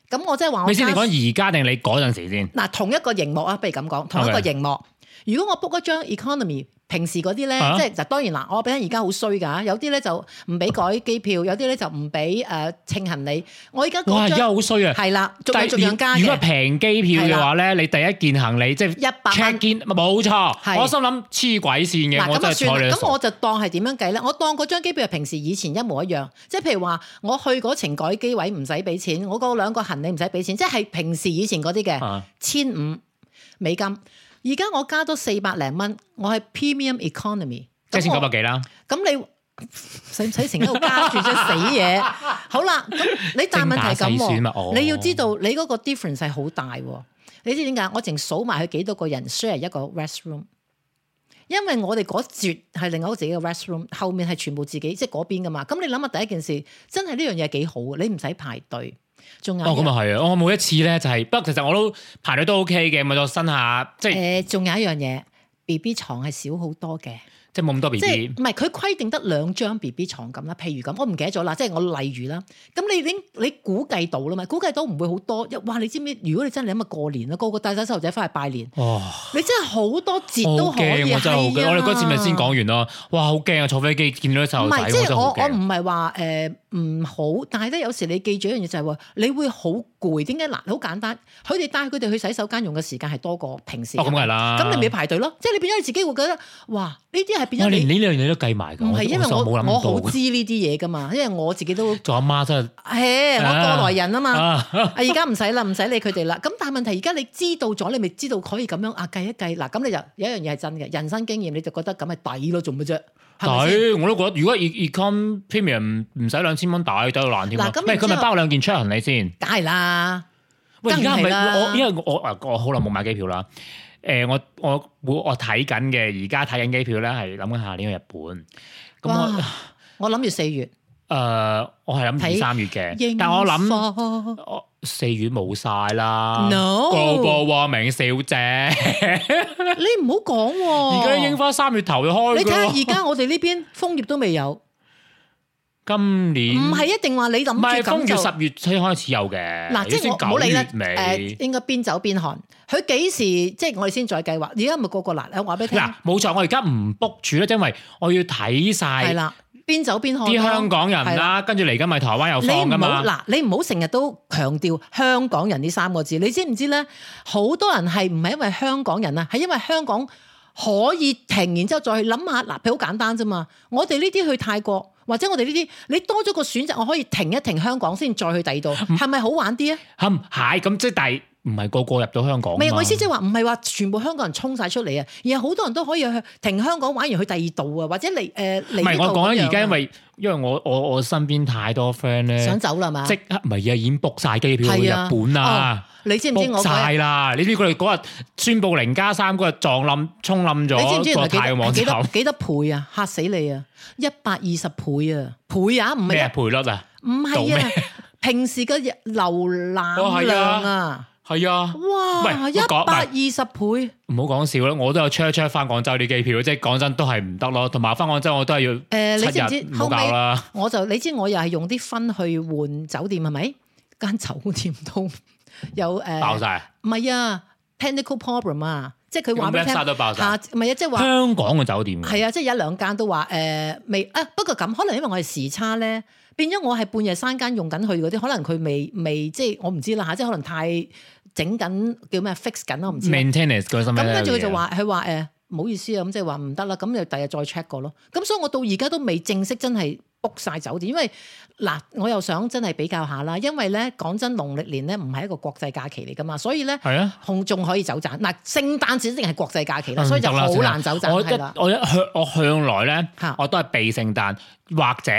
Speaker 3: 咁我即係話我
Speaker 2: 你先，你
Speaker 3: 加
Speaker 2: 講而家定你嗰陣時先？
Speaker 3: 嗱，同一個熒幕啊，不如咁講，同一個
Speaker 2: OK
Speaker 3: 熒幕。如果我 book 嗰張 economy，平時嗰啲咧，
Speaker 2: 啊
Speaker 3: 即係就當然啦，我俾人而家好衰㗎，有啲咧就唔俾改機票，有啲咧就唔俾誒稱行李。我而家
Speaker 2: 哇！
Speaker 3: 嗰
Speaker 2: 而家
Speaker 3: 張
Speaker 2: 好衰啊！
Speaker 3: 係啦，仲有
Speaker 2: 但係
Speaker 3: 仲有加
Speaker 2: 如果係
Speaker 3: 嘅，
Speaker 2: 平機票嘅話咧，你第一件行李即係
Speaker 3: 100蚊
Speaker 2: check in，冇
Speaker 3: 係
Speaker 2: 錯。我心諗黐鬼線
Speaker 3: 嗱
Speaker 2: 嘅，我真
Speaker 3: 咁就
Speaker 2: 係睬
Speaker 3: 算
Speaker 2: 你
Speaker 3: 啦。
Speaker 2: 都
Speaker 3: 咁我
Speaker 2: 傻。
Speaker 3: 就當係點樣計咧？我當嗰張機票係平時以前一模一樣，即係譬如話我去嗰程改機位唔使俾錢，我嗰兩個行李唔使俾錢，即係平時以前嗰啲嘅。
Speaker 2: 啊
Speaker 3: 千五美金。而家我加多四百零蚊，我係 premium economy，
Speaker 2: 即係
Speaker 3: 咁
Speaker 2: 先
Speaker 3: 我啊
Speaker 2: 九百幾啦，
Speaker 3: 咁你使唔使成日喺度加住隻 死嘢？好啦，咁你但問題係咁
Speaker 2: 精打細算嘛
Speaker 3: 喎
Speaker 2: 哦，
Speaker 3: 你要知道你嗰個 difference 係好大喎。你知點解？我淨數埋佢幾多個人 share 一個 restroom，因為我哋嗰絕係另外一個自己嘅 restroom，後面係全部自己即係嗰邊噶嘛。咁你諗下第一件事，真係呢樣嘢幾好嘅，你唔使排隊。仲有
Speaker 2: 哦咁啊係啊！我每一次咧就係，不過其實我都排隊都 OK 嘅，咪就新下即係
Speaker 3: 誒，仲有一樣嘢，B B 床係少好多嘅。
Speaker 2: 即係冇咁多 B
Speaker 3: 即係
Speaker 2: B，
Speaker 3: 唔係佢規定得兩張 B B 床咁啦？譬如咁，我唔記得咗啦，即係我例如啦，咁你已經你估計到啦嘛？估計到唔會好多，一哇！你知唔知？如果你真係諗下過年啦，個個帶晒細路仔翻去拜年，
Speaker 2: 哇！
Speaker 3: 你真係好多節都
Speaker 2: 我好
Speaker 3: 可以
Speaker 2: 驚，我真係好
Speaker 3: 係
Speaker 2: 驚。
Speaker 3: 啊
Speaker 2: 我哋嗰節咪先講完咯，哇！好驚啊！坐飛機見到啲細
Speaker 3: 唔
Speaker 2: 路仔，
Speaker 3: 係，
Speaker 2: 我
Speaker 3: 即
Speaker 2: 真
Speaker 3: 係
Speaker 2: 係
Speaker 3: 我
Speaker 2: 好
Speaker 3: 我唔
Speaker 2: 驚。
Speaker 3: 係話誒唔好，但係咧有時你記住一樣嘢就係話，你會好攰。點解嗱？好簡單，佢哋帶佢哋去洗手間用嘅時間係多過平時。
Speaker 2: 哦，咁梗係啦。
Speaker 3: 咁你咪要排隊咯。即係你變咗你自己會覺得，哇！呢啲係變
Speaker 2: 我
Speaker 3: 咗
Speaker 2: 連
Speaker 3: 你
Speaker 2: 呢兩樣嘢都計埋㗎。
Speaker 3: 唔係因為我
Speaker 2: 冇
Speaker 3: 我
Speaker 2: 諗
Speaker 3: 好
Speaker 2: 到
Speaker 3: 知
Speaker 2: 㗎。
Speaker 3: 呢啲嘢噶嘛，因為我自己都。
Speaker 2: 做阿媽真係
Speaker 3: 誒，我過來人啊嘛，啊
Speaker 2: 啊，
Speaker 3: 而家唔使啦，唔使理佢哋啦。咁但係問題，而家你知道咗，你咪知道可以咁樣啊計一計嗱，咁你就有一樣嘢係真嘅，人生經驗你就覺得咁係抵咯，做乜啫？係咪先？
Speaker 2: 抵我都覺得，如果 e econ premium 唔唔使兩千蚊抵，抵到爛添啦。
Speaker 3: 嗱咁
Speaker 2: 咩？
Speaker 3: 然之
Speaker 2: 佢
Speaker 3: 後
Speaker 2: 咪包兩件出行李先？
Speaker 3: 梗係啦。
Speaker 2: 喂，而
Speaker 3: 梗
Speaker 2: 家係
Speaker 3: 係啦
Speaker 2: 咪我因為我啊我好耐冇買機票啦。誒，我我會我睇緊嘅，而家睇緊機票咧，係諗緊下年去日本。咁我
Speaker 3: 哇我諗住四月，
Speaker 2: 誒，我係諗
Speaker 3: 睇
Speaker 2: 二三月嘅， 但我諗。
Speaker 3: 諗
Speaker 2: 我哦四月冇晒啦
Speaker 3: No
Speaker 2: 個個話明小 姐，
Speaker 3: 你唔好講喎。
Speaker 2: 而家櫻花三月頭就開
Speaker 3: 哦你
Speaker 2: 㗎
Speaker 3: 睇下
Speaker 2: 咯
Speaker 3: 而家我哋呢邊楓葉都未有，唔
Speaker 2: 今年
Speaker 3: 係一定話你
Speaker 2: 唔係
Speaker 3: 諗住
Speaker 2: 風
Speaker 3: 咁
Speaker 2: 月
Speaker 3: 就
Speaker 2: 十月先開始有嘅，
Speaker 3: 嗱，即係
Speaker 2: 先
Speaker 3: 我唔好
Speaker 2: 九
Speaker 3: 理啦
Speaker 2: 月。
Speaker 3: 誒
Speaker 2: 尾，。
Speaker 3: 應該邊走邊看，佢幾時即係我哋先再計劃。而家咪個個難，我話俾你聽，
Speaker 2: 嗱，冇錯，我而家唔 book 住咧，因為我要睇
Speaker 3: 係
Speaker 2: 晒
Speaker 3: 啦，邊走邊看
Speaker 2: 啲
Speaker 3: 啦
Speaker 2: 香港人
Speaker 3: 係
Speaker 2: 啦，跟住嚟緊咪台灣又
Speaker 3: 你
Speaker 2: 放
Speaker 3: 唔
Speaker 2: 噶嘛。
Speaker 3: 好嗱，你唔好成日都強調香港人呢三個字。你知唔知咧？好多人係唔係因為香港人啊？係因為香港可以停，然之後再去諗下。嗱，譬如好簡單啫嘛。我哋呢啲去泰國，或者我哋呢啲，你多咗個選擇，我可以停一停香港先，再去第二度，
Speaker 2: 嗯
Speaker 3: 係咪好玩啲啊？
Speaker 2: 冚係咁，即係但係唔係個個入到香港嘛。
Speaker 3: 唔係，我意思即係話唔係話全部香港人衝晒出嚟啊，而係好多人都可以去停香港玩完去第二度啊，或者嚟誒
Speaker 2: 唔
Speaker 3: 嚟呢
Speaker 2: 係
Speaker 3: 度
Speaker 2: 我講
Speaker 3: 咁樣
Speaker 2: 緊
Speaker 3: 啊
Speaker 2: 而家，因為因為我我我身邊太多 friend 咧，
Speaker 3: 想走啦嘛。
Speaker 2: 即刻唔係啊，已經 book 晒機票去日
Speaker 3: 係啊
Speaker 2: 本
Speaker 3: 哦
Speaker 2: 啦。
Speaker 3: 你知唔知
Speaker 2: book
Speaker 3: 我嗰日
Speaker 2: 晒啦！你知佢哋嗰日宣布零加三嗰日撞冧衝冧
Speaker 3: 你知唔知
Speaker 2: 咗
Speaker 3: 原
Speaker 2: 個
Speaker 3: 來幾
Speaker 2: 泰嘅
Speaker 3: 多
Speaker 2: 網
Speaker 3: 幾多
Speaker 2: 站，
Speaker 3: 幾多倍啊？嚇死你啊！一百二十倍啊！倍啊，唔
Speaker 2: 咩啊
Speaker 3: 係
Speaker 2: 賠率啊？
Speaker 3: 唔係
Speaker 2: 做
Speaker 3: 啊！平時嘅日瀏覽量啊，
Speaker 2: 係哦啊，
Speaker 3: 哇！
Speaker 2: 喂
Speaker 3: 一
Speaker 2: 我講
Speaker 3: 百二十倍，
Speaker 2: 唔好講笑啦，我都有 check check 翻廣州啲機票，即係講真都係唔得咯。同埋翻廣州我都係要
Speaker 3: 誒呃你知唔知
Speaker 2: 七日唔好搞啦。
Speaker 3: 我就你知我又係用啲分去換酒店係咪？間酒店都有呃
Speaker 2: 爆
Speaker 3: 誒，
Speaker 2: 晒，
Speaker 3: 唔係啊，technical problem 啊，即係佢話俾你聽
Speaker 2: 咁 website 都爆晒
Speaker 3: 下，唔係啊，即係話。
Speaker 2: 香港嘅酒店
Speaker 3: 係啊，即係有一兩間都話誒、呃未啊，不過咁可能因為我係時差咧，變咗我係半夜三更用緊佢嗰啲，可能佢未未即係我唔知啦嚇，即係可能太整緊叫咩 fix 緊咯，我唔知啦。啊
Speaker 2: maintenance 嗰心
Speaker 3: 咁跟住佢
Speaker 2: 啊
Speaker 3: 就話佢話誒唔好意思啊，咁即係話唔得啦，咁就第日再 check 過咯。咁所以我到而家都未正式真係 book 晒酒店，因為嗱我又想真係比較下啦，因為咧講真農曆年咧唔係一個國際假期嚟噶嘛，所以咧。
Speaker 2: 係啊，
Speaker 3: 仲仲可以走盞嗱，聖誕節一定係國際假期啦，
Speaker 2: 嗯
Speaker 3: 所以就
Speaker 2: 得啦
Speaker 3: 好
Speaker 2: 聖誕
Speaker 3: 難走盞
Speaker 2: 我
Speaker 3: 係啦
Speaker 2: 一。我一向我向來咧
Speaker 3: 嚇，
Speaker 2: 我都係避聖誕或者。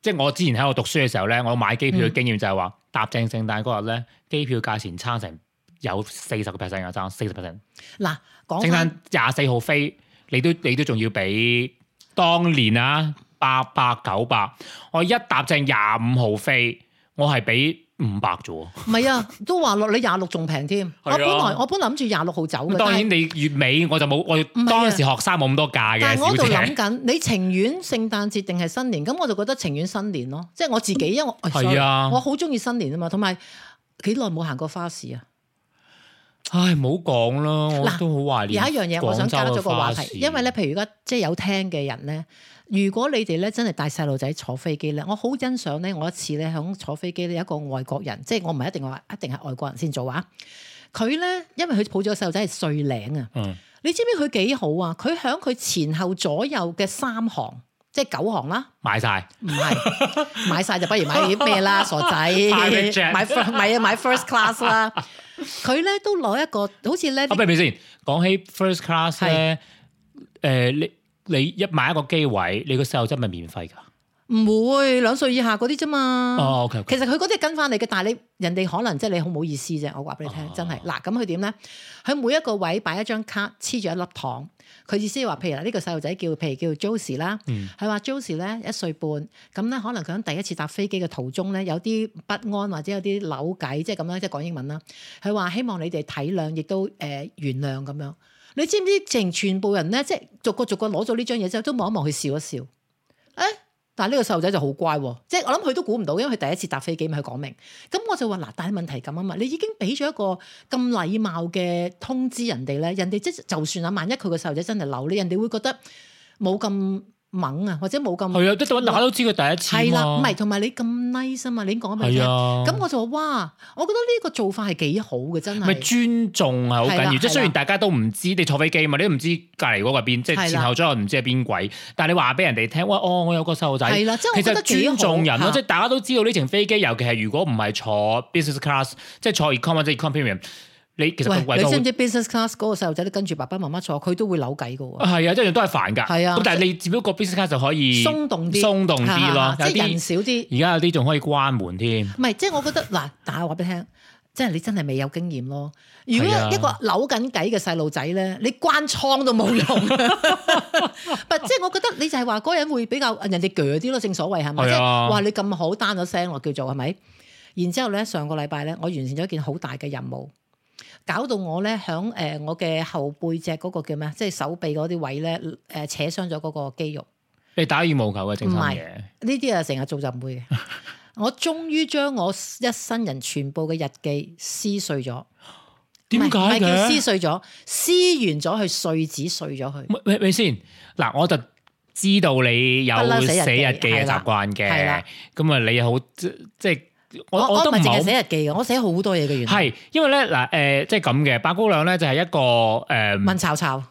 Speaker 2: 即係我之前喺我讀書嘅時候咧，我買機票嘅
Speaker 3: 嗯
Speaker 2: 經驗就係話，搭正聖誕嗰日咧，機票價錢差成有四十個 percent 啊，爭四十 percent。
Speaker 3: 嗱，講
Speaker 2: 聖
Speaker 3: 翻
Speaker 2: 誕廿四號飛，你都你都仲要俾當年啊八百九百，我一搭正廿五號飛，我係俾五百啫喎。
Speaker 3: 唔係啊，都話落你廿六仲平添。我
Speaker 2: 係啊
Speaker 3: 本來我本來諗住廿六號走嘅，
Speaker 2: 咁當
Speaker 3: 但
Speaker 2: 然
Speaker 3: 係
Speaker 2: 你月尾我就冇，我
Speaker 3: 係啊
Speaker 2: 當時學生冇咁多假嘅
Speaker 3: 但係我喺度
Speaker 2: 小
Speaker 3: 諗
Speaker 2: 姐。
Speaker 3: 緊，你情願聖誕節定係新年？咁我就覺得情願新年咯，即係我自己，因為我哎
Speaker 2: 係
Speaker 3: sorry，
Speaker 2: 啊
Speaker 3: 我好中意新年啊嘛，同埋幾耐冇行過花市啊！
Speaker 2: 唉，唔好講啦，我
Speaker 3: 嗱
Speaker 2: 都好懷
Speaker 3: 有
Speaker 2: 念。
Speaker 3: 一樣嘢我想加咗個話題，因為咧，
Speaker 2: 咧，
Speaker 3: 譬如而家即係有聽嘅人咧，如果你哋咧真係帶細路仔坐飛機咧，我好欣賞咧，我一次咧響坐飛機咧，有一個外國人，即係我唔係一定話一定係外國人先做啊，佢咧因為佢抱咗個細路仔係碎領啊。
Speaker 2: 嗯，
Speaker 3: 你知唔知佢幾好啊？佢喺佢前後左右嘅三行，即係九行啦，
Speaker 2: 買晒
Speaker 3: 唔係 買晒就不如買啲咩啦，傻仔
Speaker 2: Private jet
Speaker 3: 買 first 買買 first class 啦。佢咧都攞一個好似咧
Speaker 2: 啊，
Speaker 3: 啲
Speaker 2: 不如先講起 first class 咧，誒你你一買一個機位，你個細路仔咪免費㗎？
Speaker 3: 唔會兩歲以下嗰啲啫嘛。
Speaker 2: 哦，OK，
Speaker 3: 其實佢嗰啲係跟翻你嘅，但係你人哋可能即係你好唔好意思啫。我話俾你聽
Speaker 2: 哦，
Speaker 3: 真係嗱，咁佢點咧？佢每一個位擺一張卡，黐住一粒糖。佢意思係話，譬如嗱，呢個細路仔叫，譬如叫 Josie 啦，
Speaker 2: 嗯
Speaker 3: 佢話 Josie 咧一歲半，咁咧可能佢喺第一次搭飛機嘅途中咧有啲不安或者有啲扭計，即係咁樣，即係講英文啦。佢話希望你哋體諒，亦都誒、呃、原諒咁樣。你知唔知成全部人咧，即係逐個逐個攞咗呢張嘢之後，都望一望佢笑一笑。誒、但係呢個細路仔就好乖喎，即係我諗佢都估唔到，因為佢第一次搭飛機嘛，佢講明。咁我就話嗱，但係問題咁啊嘛，你已經俾咗一個咁禮貌嘅通知人哋咧，人哋即係就算啊，萬一佢個細路仔真係扭你，人哋會覺得冇咁猛啊，或者冇咁
Speaker 2: 係啊，即係大家都知佢第一次
Speaker 3: 係啦，
Speaker 2: 嘛
Speaker 3: 唔係同埋你咁 nice 啊嘛，你講俾佢
Speaker 2: 係
Speaker 3: 聽。
Speaker 2: 啊，
Speaker 3: 咁我就話哇，我覺得呢個做法係幾好嘅，真
Speaker 2: 咪
Speaker 3: 係。
Speaker 2: 尊重係啊好緊
Speaker 3: 係啦
Speaker 2: 要，
Speaker 3: 係
Speaker 2: 即係
Speaker 3: 啦
Speaker 2: 雖然大家都唔知你坐飛機嘛，你都唔知隔離嗰個係邊，即係
Speaker 3: 係啦
Speaker 2: 前後左右唔知係邊鬼，但係你話俾人哋聽，喂，哦，我有個細路仔，
Speaker 3: 係啦即係我
Speaker 2: 其
Speaker 3: 覺
Speaker 2: 實
Speaker 3: 得幾好
Speaker 2: 尊重人咯，
Speaker 3: 嚇
Speaker 2: 即係大家都知道呢程飛機，尤其係如果唔係坐 business class，即係坐 econ 或者 econ premium，你其實個
Speaker 3: 喂，
Speaker 2: 位
Speaker 3: 你
Speaker 2: 都好
Speaker 3: 知唔知 business class 嗰個細路仔都跟住爸爸媽媽坐，佢都會扭計嘅喎。
Speaker 2: 係啊，即係都係煩㗎。
Speaker 3: 係啊
Speaker 2: 咁但係你只不過 business class 就可以
Speaker 3: 鬆動啲，
Speaker 2: 嗯鬆動啲咯
Speaker 3: 嚇，
Speaker 2: 有
Speaker 3: 即係
Speaker 2: 啲
Speaker 3: 人少啲。
Speaker 2: 而家有啲仲可以關門添。
Speaker 3: 唔係，即係我覺得嗱，但係話俾你聽，即係你真係未有經驗咯。如果
Speaker 2: 係啊
Speaker 3: 一個扭緊計嘅細路仔咧，你關倉都冇用。 不，即係我覺得你就係話嗰個人會比較人哋鋸啲咯，正所謂係咪？
Speaker 2: 係
Speaker 3: 即
Speaker 2: 啊
Speaker 3: 係哇，你咁好單咗聲咯，叫做係咪？然之後咧，上個禮拜咧，我完成咗一件好大嘅任務，搞到我咧響誒我嘅後背脊嗰個叫咩？啊即係手臂嗰啲位咧誒、扯傷咗嗰個肌肉。
Speaker 2: 你打羽毛球嘅正
Speaker 3: 唔
Speaker 2: 心
Speaker 3: 係
Speaker 2: 嘢，
Speaker 3: 呢啲啊成日做就 唔會嘅。我終於將我一生人全部嘅日記撕碎咗，
Speaker 2: 點解
Speaker 3: 唔係唔係叫
Speaker 2: 嘅
Speaker 3: 撕？碎咗，撕完咗佢碎紙碎咗佢。
Speaker 2: 咪咪咪先，嗱，我就知道你有
Speaker 3: 不嬲
Speaker 2: 寫
Speaker 3: 寫
Speaker 2: 日
Speaker 3: 日
Speaker 2: 記
Speaker 3: 記
Speaker 2: 嘅
Speaker 3: 係啦
Speaker 2: 習慣
Speaker 3: 係
Speaker 2: 嘅
Speaker 3: 啦，
Speaker 2: 咁啊，你好即即係我
Speaker 3: 我
Speaker 2: 我
Speaker 3: 我
Speaker 2: 都
Speaker 3: 唔
Speaker 2: 唔
Speaker 3: 係淨
Speaker 2: 好
Speaker 3: 係。寫日記嘅，我寫好多嘢嘅原來。
Speaker 2: 係，因為咧嗱，誒、即係咁嘅，白姑娘咧就係、一個誒、
Speaker 3: 問炒炒，唔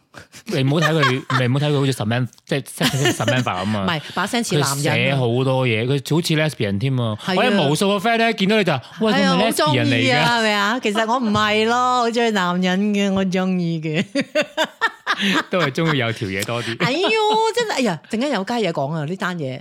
Speaker 2: 你唔好 睇佢，你唔好睇佢好似十蚊，即係即係十蚊飯咁啊！
Speaker 3: 係把聲似男
Speaker 2: 佢寫
Speaker 3: 人
Speaker 2: 好
Speaker 3: 啊。
Speaker 2: 多嘢，佢好似 lesbian 添啊！
Speaker 3: 係啊
Speaker 2: 我有無數個 friend 咧見到你就話喂，
Speaker 3: 係
Speaker 2: 佢
Speaker 3: 啊，
Speaker 2: 咪
Speaker 3: 好中
Speaker 2: lesbian
Speaker 3: 意
Speaker 2: 嚟㗎？
Speaker 3: 啊，係咪啊？其實我唔係咯， 我中意男人嘅，我中意嘅。
Speaker 2: 都係中意有條嘢多啲。
Speaker 3: 哎呦，真係，哎呀，陣間有家嘢講啊，呢單嘢。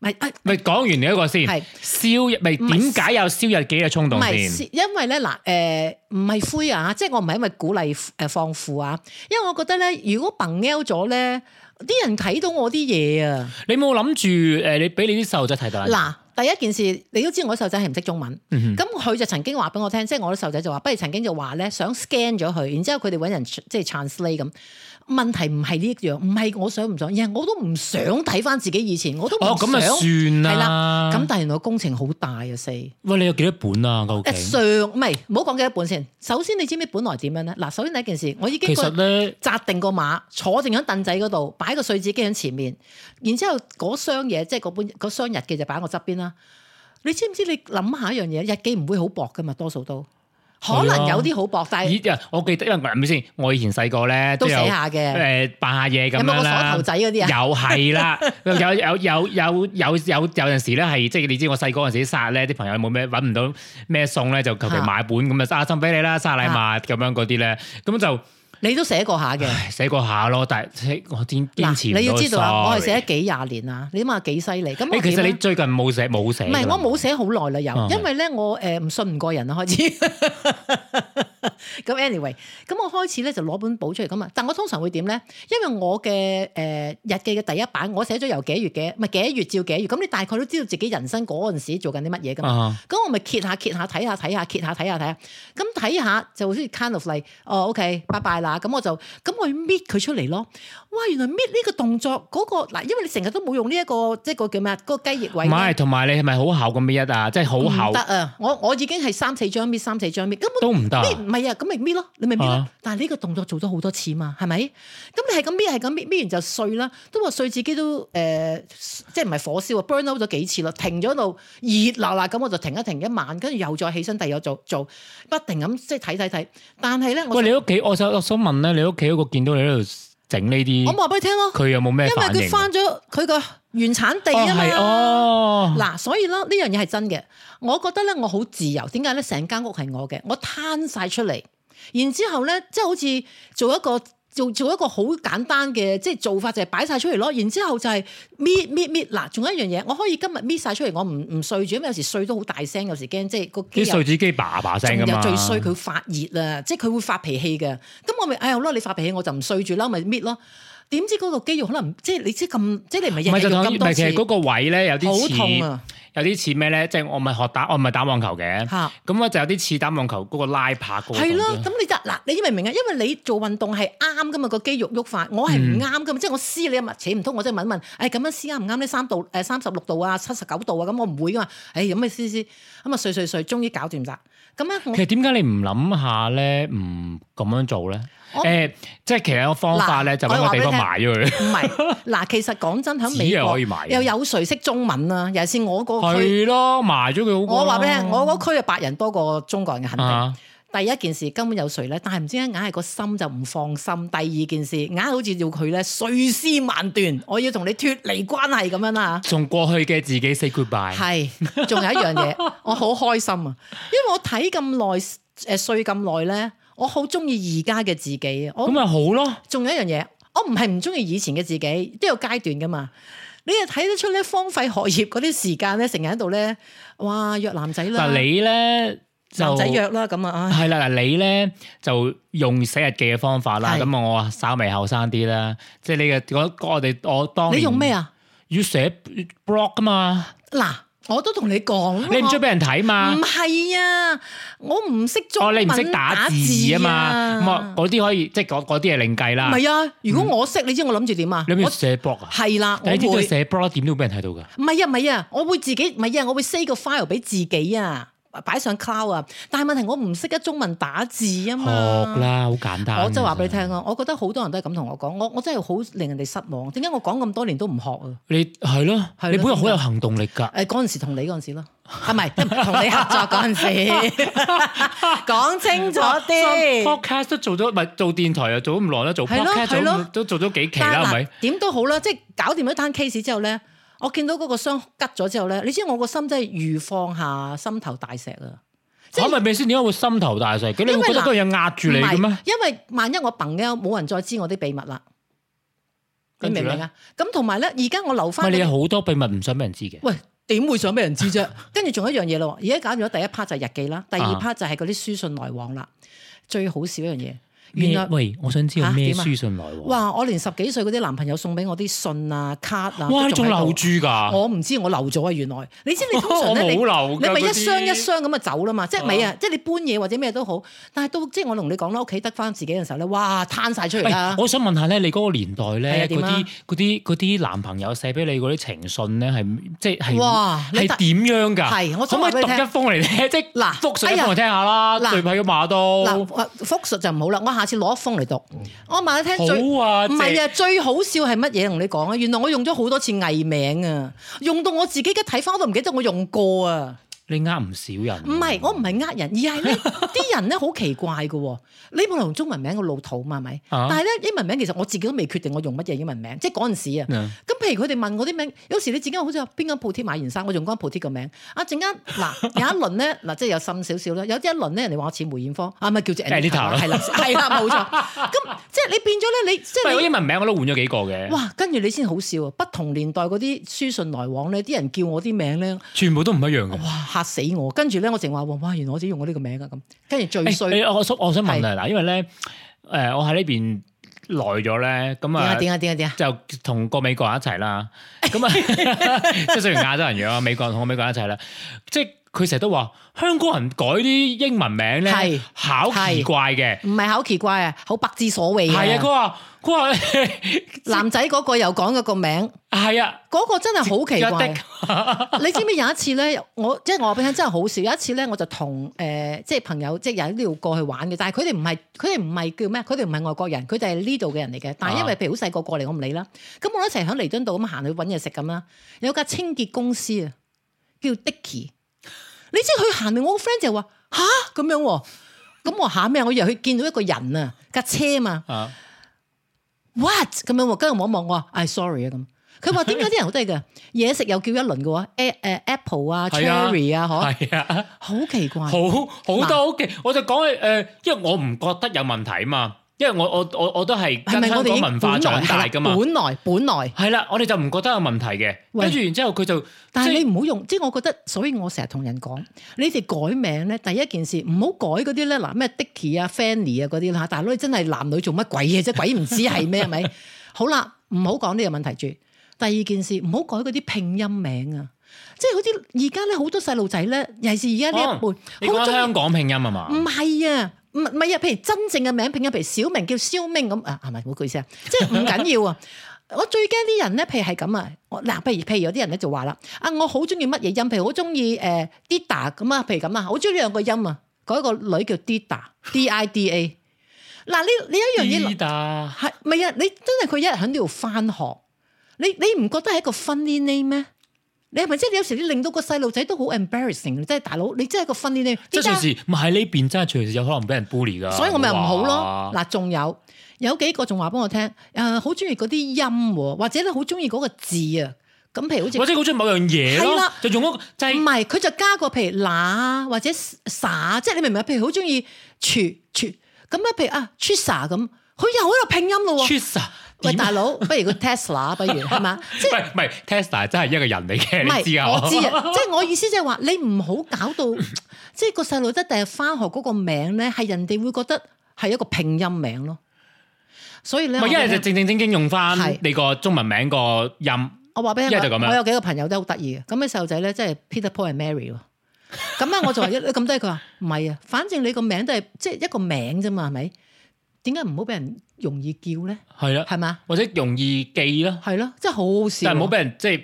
Speaker 3: 唔係，哎
Speaker 2: 咪講完你一個先，
Speaker 3: 係
Speaker 2: 燒日咪
Speaker 3: 唔係
Speaker 2: 點解有燒日記嘅衝
Speaker 3: 唔
Speaker 2: 動
Speaker 3: 係，
Speaker 2: 先？
Speaker 3: 是因為咧嗱，誒唔係灰啊，即係我唔係因為鼓勵誒、放負啊，因為我覺得咧，如果崩 L 咗咧，啲人睇到我啲嘢啊，
Speaker 2: 你冇諗住誒，你俾你啲細路仔睇到
Speaker 3: 嗱。第一件事，你都知我啲細路仔係唔識中文，
Speaker 2: 嗯哼
Speaker 3: 咁佢、就曾經話俾我聽，即係我啲細路仔就話，不如曾經就話咧，想 scan 咗佢，然之後佢哋揾人即係 translate 咁。問題唔係呢一樣，唔係我想唔想，而係我都唔想睇翻自己以前，我都唔想。
Speaker 2: 哦，咁啊算
Speaker 3: 係
Speaker 2: 啦。
Speaker 3: 啦，咁但係原來工程好大啊四。
Speaker 2: 喂，你有幾多本啊？究
Speaker 3: 誒
Speaker 2: 竟
Speaker 3: 上唔係，唔好講幾多本先。首先你知唔知本來點樣咧？嗱，首先第一件事，我已經
Speaker 2: 其實
Speaker 3: 個
Speaker 2: 咧，
Speaker 3: 扎定個馬，坐定喺凳仔嗰度，擺個碎紙機喺前面，然之後嗰箱嘢，即係嗰本嗰箱日記就擺喺我側邊啦。你知唔知？你諗下一樣嘢，日記唔會好薄噶嘛，多數都可
Speaker 2: 係啊
Speaker 3: 能有啲好薄，但係
Speaker 2: 咦啊我記得，因為嗱咪先，我以前細個咧
Speaker 3: 都
Speaker 2: 有
Speaker 3: 寫下嘅。
Speaker 2: 誒扮下嘢咁
Speaker 3: 有冇
Speaker 2: 樣
Speaker 3: 個鎖
Speaker 2: 啦
Speaker 3: 頭。仔嗰啲啊？
Speaker 2: 又係啦， 有有有有有有有有陣時咧係即係你知我細個嗰陣時生日咧，啲朋友冇咩揾唔到咩送咧，就求其
Speaker 3: 啊
Speaker 2: 買本咁啊生日送俾你啦，生日禮物咁樣嗰啲咧，咁就
Speaker 3: 你都寫過下嘅。
Speaker 2: 唉寫過下咯，但係我堅 堅持唔
Speaker 3: 嗱，
Speaker 2: 到。
Speaker 3: 你要知道啊，我係寫
Speaker 2: sorry
Speaker 3: 咗幾廿年啊，你諗下幾犀利。咁
Speaker 2: 你
Speaker 3: 我
Speaker 2: 其實
Speaker 3: 點
Speaker 2: 你
Speaker 3: 咧
Speaker 2: 最近冇寫冇寫㗎
Speaker 3: 唔
Speaker 2: 啦，
Speaker 3: 係，我冇寫好耐啦，
Speaker 2: 哦
Speaker 3: 又因為咧，我誒唔信唔過人啊，開始。 咁 anyway，咁我開始咧就攞本簿出嚟咁啊，但我通常會點咧？因為我嘅誒、呃日記嘅第一版，我寫咗由幾月嘅，唔係幾月照幾月，咁你大概都知道自己人生嗰陣時做緊啲乜嘢噶嘛。
Speaker 2: 啊
Speaker 3: 咁我咪揭下揭下睇下睇下揭下睇下睇下，咁睇下就好似 kind of like 哦 OK 拜拜啦，咁我就咁我要搣佢出嚟咯。哇，原來搣呢個動作嗰、個嗱，因為你成日都冇用呢、一個即係個叫咩啊，嗰、個雞翼位
Speaker 2: 唔
Speaker 3: 呢。
Speaker 2: 係，同埋你係咪好厚咁嘅一啊？即係好
Speaker 3: 唔
Speaker 2: 厚
Speaker 3: 得啊！我我已經係三四張搣，三四張搣，根本
Speaker 2: 都唔得啊。
Speaker 3: 搣唔係啊！咁咪搣咯，你咪搣咯
Speaker 2: 啊。
Speaker 3: 但係呢個動作做咗好多次嘛，係咪？咁你係咁搣，係咁搣，搣完就碎啦。都話碎自己都誒、呃即係唔係火燒啊？burn out 咗幾次啦，停咗喺度熱辣辣咁，我就停一停一晚，跟住又再起身，第二日做做，不停咁即係睇睇睇。但係咧，我
Speaker 2: 喂，你屋企，我想我想問咧，你屋企嗰個見到你喺度整呢
Speaker 3: 我
Speaker 2: 啲，
Speaker 3: 話俾你聽咯，
Speaker 2: 佢有冇咩
Speaker 3: 因
Speaker 2: 反
Speaker 3: 為
Speaker 2: 應啊
Speaker 3: 佢？翻咗佢個原產地
Speaker 2: 哦，
Speaker 3: 啊嘛。
Speaker 2: 係哦，
Speaker 3: 嗱，所以咧呢樣嘢係真嘅。我覺得咧，我好自由。點解咧？成間屋係我嘅，我攤晒出嚟，然之後咧，即係好似做一個做做一個好簡單嘅，即係做法就係擺晒出嚟咯。然之後就係搣搣搣。嗱，仲有一樣嘢，我可以今日搣晒出嚟，我唔唔碎住，因為有時碎都好大聲，有時驚即係個肌
Speaker 2: 啲
Speaker 3: 肉
Speaker 2: 碎紙機叭叭聲啊
Speaker 3: 仲
Speaker 2: 噶嘛，
Speaker 3: 有最衰佢發熱啊，即係佢會發脾氣嘅。咁我咪哎呀好啦，你發脾氣我就唔碎住啦，咪搣咯。點知嗰個肌肉可能即係你知咁，即係你唔
Speaker 2: 唔
Speaker 3: 係
Speaker 2: 係
Speaker 3: 日
Speaker 2: 就同
Speaker 3: 日用
Speaker 2: 唔
Speaker 3: 咁多
Speaker 2: 係其實嗰
Speaker 3: 次，
Speaker 2: 個位咧有啲
Speaker 3: 好
Speaker 2: 似
Speaker 3: 痛啊
Speaker 2: 有啲似咩咧？即係我咪學打，我唔係打網球嘅，啊
Speaker 3: 嚇！
Speaker 2: 咁我就有啲似打網球嗰個拉拍嗰個動
Speaker 3: 係咯，
Speaker 2: 作。
Speaker 3: 咁你就嗱，你明唔明啊？因為你做運動係啱噶嘛，個肌肉喐法，我
Speaker 2: 嗯
Speaker 3: 係唔啱噶嘛，即係我撕你嘅物體唔通，我即係問一問，誒、哎咁樣撕啱唔啱呢？三度誒三十六度啊，七十九度啊，咁我唔會噶嘛，誒咁咪撕撕，咁啊碎碎碎，終於搞掂晒。咁咧我
Speaker 2: 其實點解你唔諗下咧，唔咁樣做咧？
Speaker 3: 我
Speaker 2: 誒，即係其實有個方法咧，
Speaker 3: 嗱
Speaker 2: 就揾
Speaker 3: 我話
Speaker 2: 個
Speaker 3: 俾
Speaker 2: 地
Speaker 3: 你
Speaker 2: 方
Speaker 3: 聽
Speaker 2: 埋咗佢。
Speaker 3: 唔係嗱，其實講真喺
Speaker 2: 紙
Speaker 3: 美
Speaker 2: 係
Speaker 3: 國
Speaker 2: 可以買嘅啊
Speaker 3: 又有誰識中文啊？尤其是我個區，
Speaker 2: 係咯，埋咗佢好過啦。
Speaker 3: 我話俾你聽，我嗰區嘅白人多過中國人嘅肯定。
Speaker 2: 啊
Speaker 3: 第一件事根本有誰咧，但係唔知點解硬係個心就唔放心。第二件事硬係好似要佢咧碎屍萬段，我要同你脱離關係咁樣啦
Speaker 2: 從過去嘅自己 say goodbye。
Speaker 3: 係，仲有一樣 嘢，我好開心啊，因為我睇咁耐，誒碎咁耐咧，我好中意而家嘅自己啊。我
Speaker 2: 咁咪好咯，
Speaker 3: 仲有一樣嘢，我唔係唔中意以前嘅自己，都有階段噶嘛。你又睇得出咧，荒廢學業嗰啲時間咧，成日喺度咧，哇約男仔啦，
Speaker 2: 但你咧就
Speaker 3: 男仔約啦咁啊，唉
Speaker 2: 係啦，嗱你咧就用寫日記嘅方法啦，
Speaker 3: 係
Speaker 2: 咁我稍微後生啲啦，即係你嘅我我哋我當年
Speaker 3: 你用咩？啊？
Speaker 2: 要寫 blog 噶嘛，
Speaker 3: 嗱，我都同你講啦，
Speaker 2: 你唔中意俾人睇嘛
Speaker 3: 唔？係啊，我唔識中
Speaker 2: 哦，
Speaker 3: 文
Speaker 2: 你唔識打字啊嘛，咁啊
Speaker 3: 啊
Speaker 2: 嗰啲可以即係嗰嗰啲係另計
Speaker 3: 唔
Speaker 2: 啦。
Speaker 3: 係啊，如果我識，你知我諗住點啊？
Speaker 2: 你咪
Speaker 3: 我
Speaker 2: 寫 blog 啊？
Speaker 3: 係啦，我
Speaker 2: 但係你知道
Speaker 3: 會。
Speaker 2: 寫 blog 點都會俾人睇到㗎。
Speaker 3: 唔係啊，唔係啊，我會自己唔係啊，我會 save 個 file 俾自己啊，擺上 cloud 啊。但係問題我唔識得中文打字啊嘛。
Speaker 2: 學啦，好簡單㗎。
Speaker 3: 我真係話俾你
Speaker 2: 真係
Speaker 3: 聽啊，我覺得好多人都係咁同我講，我我真係好令人哋失望。點解我講咁多年都唔學啊？
Speaker 2: 你係咯，
Speaker 3: 係咯啊
Speaker 2: 你本人好有行動力㗎。
Speaker 3: 誒嗰陣時同你嗰陣時咯，啊係咪同你合作嗰陣時講清楚啲？
Speaker 2: podcast 都做咗，唔係做電台又做咗咁耐啦，做
Speaker 3: 係咯
Speaker 2: podcast 做
Speaker 3: 係咯
Speaker 2: 咗都做咗幾期
Speaker 3: 但
Speaker 2: 啦，
Speaker 3: 係
Speaker 2: 係
Speaker 3: 嗱
Speaker 2: 咪？
Speaker 3: 點都好啦，即係搞掂一單 case 之後咧，我見到嗰個傷吉咗之後咧，你知我個心真係如放下心頭大石啊！即係
Speaker 2: 嚇咪咪先？點解會心頭大石？咁你
Speaker 3: 因
Speaker 2: 會
Speaker 3: 為
Speaker 2: 覺得
Speaker 3: 嗱
Speaker 2: 嗰樣嘢壓住你嘅
Speaker 3: 唔係
Speaker 2: 咩？
Speaker 3: 因為萬一我崩嘅，冇人再知我啲秘密啦。你
Speaker 2: 跟住
Speaker 3: 明唔明
Speaker 2: 咧
Speaker 3: 啊？咁同埋咧，而家我留
Speaker 2: 唔係
Speaker 3: 翻
Speaker 2: 你有好多秘密唔想俾人知嘅。
Speaker 3: 喂，點會想俾人 知啫？跟住仲有一樣嘢咯，而家搞咗第一 part 就係日記啦，第二
Speaker 2: 啊
Speaker 3: part 就係嗰啲書信來往啦。最好笑一樣嘢，原
Speaker 2: 咩
Speaker 3: 來？
Speaker 2: 喂，我想知道
Speaker 3: 嚇
Speaker 2: 咩
Speaker 3: 點啊
Speaker 2: 書信來往？
Speaker 3: 哇！我連十幾歲嗰啲男朋友送俾我啲信啊、卡啊，
Speaker 2: 哇！
Speaker 3: 都
Speaker 2: 你仲
Speaker 3: 喺度
Speaker 2: 留住㗎？
Speaker 3: 我唔知我漏咗啊！原來你知唔知 通
Speaker 2: 我
Speaker 3: 常咧，
Speaker 2: 冇
Speaker 3: 你
Speaker 2: 留㗎
Speaker 3: 你咪
Speaker 2: 嗰
Speaker 3: 一
Speaker 2: 啲
Speaker 3: 箱一箱咁啊走啦嘛，即係咪啊？即係你搬嘢或者咩都好，但係到即係我同你講啦，屋企得翻自己嘅時候咧，哇攤晒出嚟
Speaker 2: 喂
Speaker 3: 啦，，
Speaker 2: 我想問下咧，你嗰個年代咧，
Speaker 3: 係啊點
Speaker 2: 嗰
Speaker 3: 啊
Speaker 2: 啲嗰啲嗰啲男朋友寫俾你嗰啲情信咧，係即係
Speaker 3: 哇你
Speaker 2: 係
Speaker 3: 得
Speaker 2: 點樣㗎？
Speaker 3: 係
Speaker 2: 可
Speaker 3: 我
Speaker 2: 唔
Speaker 3: 想
Speaker 2: 可
Speaker 3: 話
Speaker 2: 以
Speaker 3: 俾你
Speaker 2: 讀
Speaker 3: 聽
Speaker 2: 一封嚟聽？即係
Speaker 3: 嗱
Speaker 2: 覆信
Speaker 3: 哎
Speaker 2: 一
Speaker 3: 呀
Speaker 2: 封嚟聽下啦，
Speaker 3: 嗱
Speaker 2: 對唔起個馬都。
Speaker 3: 嗱，啊複述就唔好啦，我下次攞一封嚟讀。我話你聽最唔
Speaker 2: 嗯好啊，
Speaker 3: 係
Speaker 2: 啊，
Speaker 3: 啊，最好笑係乜嘢？同你講啊，原來我用咗好多次藝名啊，用到我自己嘅睇翻我都唔記得我用過啊。
Speaker 2: 你呃唔少人。
Speaker 3: 唔係，我唔係呃人，而係 咧啲人咧好奇怪嘅喎。你冇用中文名個老土嘛，係咪？
Speaker 2: 啊
Speaker 3: 但係咧英文名其實我自己都未決定我用乜嘢英文名，即係嗰陣時啊。
Speaker 2: 嗯
Speaker 3: 咁譬如佢哋問我啲名，有時你自己好似話邊間鋪貼買完衫，我用嗰間鋪貼個名。啊陣間嗱有一輪咧嗱，即係有深少少啦，有一輪咧人哋話我似梅艷芳，啊咪 叫做
Speaker 2: Anita 啦
Speaker 3: 係啦係啦冇錯。咁即係你變咗咧，你即
Speaker 2: 唔係
Speaker 3: 係
Speaker 2: 我
Speaker 3: 你。
Speaker 2: 英文名我都換咗幾個嘅，
Speaker 3: 哇！跟住你先好笑啊！不同年代嗰啲書信來往咧，啲人叫我啲名咧，
Speaker 2: 全部都唔一樣嘅。
Speaker 3: 哇嚇死我！跟住咧，我淨話哇哇，原來我自己用過呢個名啊咁。跟住最
Speaker 2: 誒
Speaker 3: 衰
Speaker 2: 你 我想我想問啊，嗱，因為咧，誒，我喺呢邊耐咗咧，咁
Speaker 3: 點啊
Speaker 2: 啊。
Speaker 3: 點啊點啊點啊！
Speaker 2: 就同個美國人一齊啦，咁啊， 即係雖然亞洲人樣啊，美國人同個美國人一齊啦，即係佢成日都話香港人改啲英文名咧
Speaker 3: 係，
Speaker 2: 好奇怪嘅，
Speaker 3: 唔係好奇怪啊，好不知所謂
Speaker 2: 係啊，佢
Speaker 3: 啊！
Speaker 2: 話佢話
Speaker 3: 男仔嗰個又講嗰個名，
Speaker 2: 係啊，
Speaker 3: 嗰個真係好奇
Speaker 2: 有
Speaker 3: 怪
Speaker 2: 的。
Speaker 3: 你知唔知有一次咧，我即係我話俾你聽，真係好笑。有一次咧，我就同誒、呃即係朋友，即係有呢度過去玩嘅，但係佢哋唔係佢哋唔係叫咩？佢哋唔係外國人，佢哋係呢度嘅人嚟嘅。但係因為譬如好細個過嚟，我唔理啦。咁我一齊喺彌敦道咁行去揾嘢食咁啦。有架清潔公司啊，叫 Dicky。你知佢行嚟，我個 friend 就話吓咁樣喎。咁我嚇咩？我以為佢見到一個人啊，架車嘛。
Speaker 2: 啊
Speaker 3: what 咁樣喎，跟住望一望我話，唉 sorry 啊咁。佢話點解啲人好得 意嘅？嘢食又叫一輪嘅喎，A 誒 Apple 啊
Speaker 2: 係啊
Speaker 3: ，Cherry 啊，嗬，
Speaker 2: 係啊。
Speaker 3: 好奇怪。
Speaker 2: 好好多嘅，我就講誒、呃，因為我唔覺得有問題啊嘛，因為我我我我都係
Speaker 3: 係
Speaker 2: 跟
Speaker 3: 咪
Speaker 2: 香
Speaker 3: 我哋
Speaker 2: 港
Speaker 3: 已經
Speaker 2: 文化
Speaker 3: 本來
Speaker 2: 長
Speaker 3: 係
Speaker 2: 大
Speaker 3: 啦
Speaker 2: 噶嘛，
Speaker 3: 本來本來，
Speaker 2: 係啦，我哋就唔覺得有問題嘅。
Speaker 3: 喂
Speaker 2: 跟住然之後佢就，
Speaker 3: 但
Speaker 2: 即
Speaker 3: 係
Speaker 2: 係
Speaker 3: 你唔好用，即係我覺得，所以我成日同人講，你哋改名咧，第一件事唔好改嗰啲咧，嗱咩 Dicky 啊、Fanny 啊嗰啲啦，大佬你真係男女做乜鬼嘢 啫？鬼唔知係咩係咪？好啦，唔好講呢個問題住。第二件事唔好改嗰啲拼音名啊，即係好似而家咧好多細路仔咧，尤其是而家呢一
Speaker 2: 哦
Speaker 3: 輩，
Speaker 2: 你
Speaker 3: 好
Speaker 2: 講
Speaker 3: 中意
Speaker 2: 香港拼音啊嘛，
Speaker 3: 唔係啊，唔唔係啊，譬如真正嘅名拼音，譬如小明叫蕭明咁啊，係咪好句聲？即係唔緊要啊！ 我最驚啲人咧，譬如係咁啊，我嗱，譬如譬如有啲人咧就話啦，啊，我好中意乜嘢音，譬如好中意誒 Dida 咁啊，譬如咁啊，好中意兩個音啊，嗰一個女叫 Dida，D I D A。嗱，呢呢一樣嘢。
Speaker 2: Dida
Speaker 3: 係咪啊？你真係佢一日喺呢度翻學，你你唔覺得係一個 funny name 咩？你係咪即係你有時你令到個細路仔都好 embarrassing？即係大佬，你真係一個 funny name。
Speaker 2: 即係
Speaker 3: 點
Speaker 2: 隨
Speaker 3: 解
Speaker 2: 時唔喺呢邊，真係隨時有可能俾人 bully 噶。
Speaker 3: 所以我咪唔好
Speaker 2: 哇。
Speaker 3: 咯。嗱，仲有有幾個仲話俾我聽，誒、好中意嗰啲音喎，或者咧好中意嗰個字啊。咁譬如好似
Speaker 2: 或者好中意某樣嘢
Speaker 3: 係
Speaker 2: 咯
Speaker 3: 啦，
Speaker 2: 就用嗰個就係
Speaker 3: 唔係，佢就加個譬如嗱或者撒，即係你明唔啊明？譬如好中意廚廚咁咧，譬如啊 chisa 咁，佢又喺度拼音咯喎。
Speaker 2: Trisha
Speaker 3: 喂，
Speaker 2: 點啊
Speaker 3: 大佬，不如個 Tesla 不如係嘛？即係
Speaker 2: 唔係唔係 Tesla 真係一個人嚟
Speaker 3: 唔
Speaker 2: 嘅，你知
Speaker 3: 係，
Speaker 2: 啊？
Speaker 3: 我知啊，即係我意思即係話你唔好搞到，即係個細路仔第日翻學嗰個名咧，係人哋會覺得係一個拼音名咯。所以咧，
Speaker 2: 唔係
Speaker 3: 我
Speaker 2: 一係
Speaker 3: 話
Speaker 2: 就正正經經用翻
Speaker 3: 係
Speaker 2: 你個中文名個音。
Speaker 3: 我話俾你
Speaker 2: 一係就咁
Speaker 3: 聽，
Speaker 2: 樣
Speaker 3: 我有幾個朋友都好得意嘅，咁啲細路仔咧，即係 Peter Paul and Mary 喎。咁啊，我就話一 咁低，佢話唔係啊，反正你個名都係即係一個名啫嘛，係咪？點解唔好俾人容易叫咧？
Speaker 2: 係啦，
Speaker 3: 係嘛？
Speaker 2: 或者容易記啦，
Speaker 3: 係咯，真係好好笑啊
Speaker 2: 但係唔好
Speaker 3: 喎。
Speaker 2: 俾人即係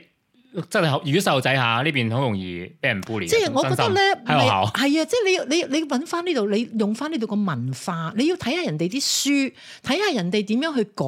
Speaker 2: 真係，如果細路仔下呢邊好容易俾人 bully 嘅。
Speaker 3: 即係我覺得咧，
Speaker 2: 真心喺學校
Speaker 3: 你係啊，即係你你你揾翻呢度，你用翻呢度個文化，你要睇下人哋啲書，睇下人哋點樣去改，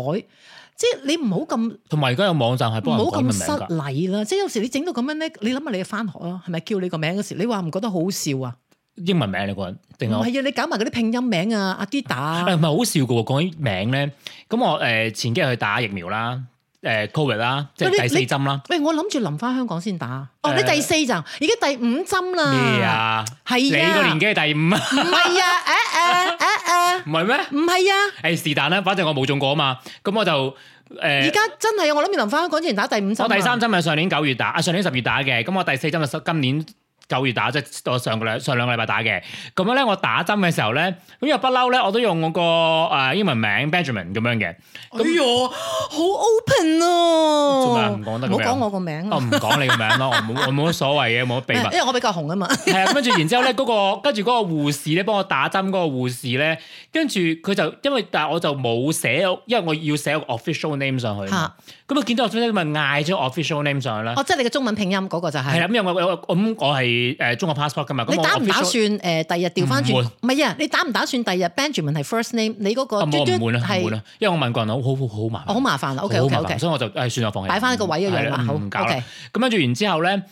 Speaker 3: 即係你唔好咁
Speaker 2: 同埋而家有網站係
Speaker 3: 唔
Speaker 2: 幫
Speaker 3: 好
Speaker 2: 人改
Speaker 3: 咁
Speaker 2: 個
Speaker 3: 失
Speaker 2: 名㗎。
Speaker 3: 禮啦。即係有時你整到咁樣咧，你諗下你翻學啦，係咪叫你個名嗰時，你話唔覺得好好笑啊？
Speaker 2: 英文名你個人定
Speaker 3: 唔
Speaker 2: 係？
Speaker 3: 係啊，你搞埋嗰啲拼音名啊，阿 Dida
Speaker 2: 誒
Speaker 3: 啊
Speaker 2: 哎唔係好笑嘅喎，講起名咧，咁我誒、呃前幾日去打疫苗啦，誒、Covid 啦，即
Speaker 3: 喂
Speaker 2: 係第
Speaker 3: 你
Speaker 2: 四針啦。
Speaker 3: 喂，我諗住臨翻香港先打。哦，
Speaker 2: 誒
Speaker 3: 你第四站，已經第五針啦。
Speaker 2: 咩？啊？你
Speaker 3: 係
Speaker 2: 個
Speaker 3: 啊，
Speaker 2: 年紀係第五啊？
Speaker 3: 唔係啊，誒誒誒誒，
Speaker 2: 唔係咩？
Speaker 3: 唔係啊。
Speaker 2: 誒是但啦，反正我冇中過啊嘛，咁我就誒。呃
Speaker 3: 而家真係啊！我諗住臨翻香港之前打第五針啊。
Speaker 2: 我第三針係上年九月打，啊上年十月打嘅，咁我第四針係今年九月打，即係我上個兩上兩個禮拜打嘅。咁樣咧，我打針嘅時候咧，咁因為不嬲咧，我都用我個誒英文名 Benjamin 咁樣嘅。
Speaker 3: 哎呀，好 open 啊！
Speaker 2: 做咩啊唔講得咁樣
Speaker 3: 唔好講我個名
Speaker 2: 我
Speaker 3: 啊，
Speaker 2: 唔講你個名 咯，我冇我冇乜所謂嘅，冇乜秘密
Speaker 3: 因。為我比較 紅啊嘛。
Speaker 2: 係啊，跟住然之後咧，嗰、個跟住嗰個護士咧，幫我打針嗰個護士咧，跟住佢就因為但係我就冇寫，因為我要寫個 official name 上去嘛。咁啊，見到 official name 咪嗌咗 official name 上去啦。
Speaker 3: 哦，即係你嘅中文拼音嗰個就
Speaker 2: 係
Speaker 3: 係。
Speaker 2: 啦，咁因為我我咁我係誒中國 passport 噶嘛，咁
Speaker 3: 你
Speaker 2: 我
Speaker 3: 打唔打
Speaker 2: official-
Speaker 3: 算誒？第日調翻轉，
Speaker 2: 唔
Speaker 3: 唔係啊！你打唔打算第日 Benjamin 係 first name，你嗰個
Speaker 2: 啊，
Speaker 3: 哦嘟
Speaker 2: 冇
Speaker 3: 嘟
Speaker 2: 唔換啦，唔換
Speaker 3: 係
Speaker 2: 啦，因為我問過人，好好好好麻
Speaker 3: 哦
Speaker 2: 煩，
Speaker 3: 好麻煩啦。OK OK
Speaker 2: 好麻煩
Speaker 3: OK，
Speaker 2: 所以我就誒算啦，放棄，
Speaker 3: 擺返喺個位嗰樣啦
Speaker 2: 係
Speaker 3: 好
Speaker 2: 唔搞啦
Speaker 3: OK。
Speaker 2: 咁跟住然之後咧，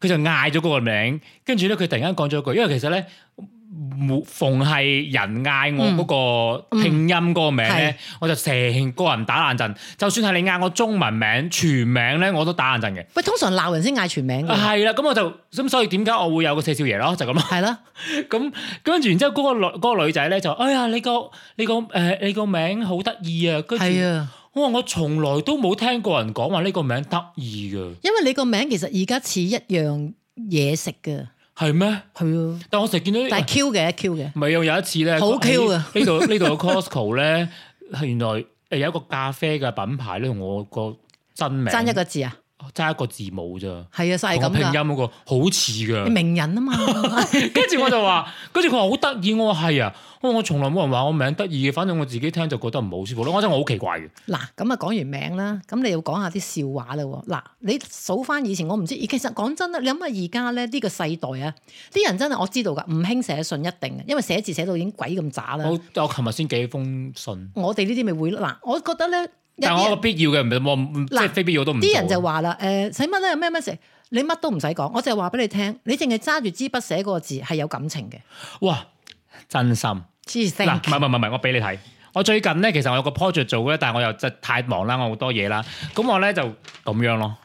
Speaker 2: 佢就嗌咗嗰個名，跟住咧佢突然間講咗一句，因為其實咧。冇逢係人嗌我嗰個拼音嗰個名咧，
Speaker 3: 嗯係
Speaker 2: 我就成個人打冷震。就算係你嗌我中文名全名咧，我都打冷震嘅。
Speaker 3: 喂，通常鬧人先嗌全名
Speaker 2: 啊
Speaker 3: 㗎，
Speaker 2: 係啦、咁我就咁，所以點解我會有個四少爺咯？就咁咯。
Speaker 3: 係啦。
Speaker 2: 咁跟住，然之後嗰個女嗰個女仔咧就，哎呀，你個你個誒、呃你個名好得意啊！跟住
Speaker 3: 係啊，
Speaker 2: 我話我從來都冇聽過人講話呢個名得意嘅，
Speaker 3: 因為你個名其實而家似一樣嘢食嘅，
Speaker 2: 係咩？
Speaker 3: 係啊，
Speaker 2: 但我成日見到
Speaker 3: 但
Speaker 2: 啲，
Speaker 3: 係 Q 嘅 Q 嘅，
Speaker 2: 唔係有有一次咧，
Speaker 3: 好 Q 啊
Speaker 2: 喺呢度呢度嘅 Costco 咧，係 原來誒有一個咖啡嘅品牌咧，同我個真名
Speaker 3: 爭一個字啊，
Speaker 2: 爭一個字母咋，
Speaker 3: 係啊，就係
Speaker 2: 同我
Speaker 3: 咁
Speaker 2: 拼音
Speaker 3: 㗎。
Speaker 2: 嗰個好似
Speaker 3: 你
Speaker 2: 㗎。
Speaker 3: 名人啊嘛，
Speaker 2: 跟住我就話，跟住佢話好得意，我話係啊，我話我從來冇人話我名得意嘅，反正我自己聽就覺得唔係好舒服咯。我真係我好奇怪嘅。
Speaker 3: 嗱，咁啊講完名啦，咁你要講下啲笑話啦喎。嗱，你數翻以前，我唔知，其實講真啦，你諗下而家咧呢個世代啊，啲人真係我知道㗎，唔興寫信一定嘅，因為寫字寫到已經鬼咁渣啦。
Speaker 2: 我我琴日先寄封信，
Speaker 3: 我哋呢啲咪會咯嗱，我覺得咧，有
Speaker 2: 但我
Speaker 3: 啲
Speaker 2: 個
Speaker 3: 人
Speaker 2: 必要嘅唔係我唔即係
Speaker 3: 嗱
Speaker 2: 非必要都唔做。啊
Speaker 3: 啲人就話啦，呃誒使乜咧咩咩食，你乜都唔使講，我就係話俾你聽，你淨係揸住支筆寫嗰個字係有感情嘅，
Speaker 2: 哇真心嗱，唔。係唔
Speaker 3: 黐線
Speaker 2: 係唔係，我俾你睇。我最近咧，其實我有個 project 做咧，但係我又真係太忙啦，我好多嘢啦，咁我咧就咁樣咯。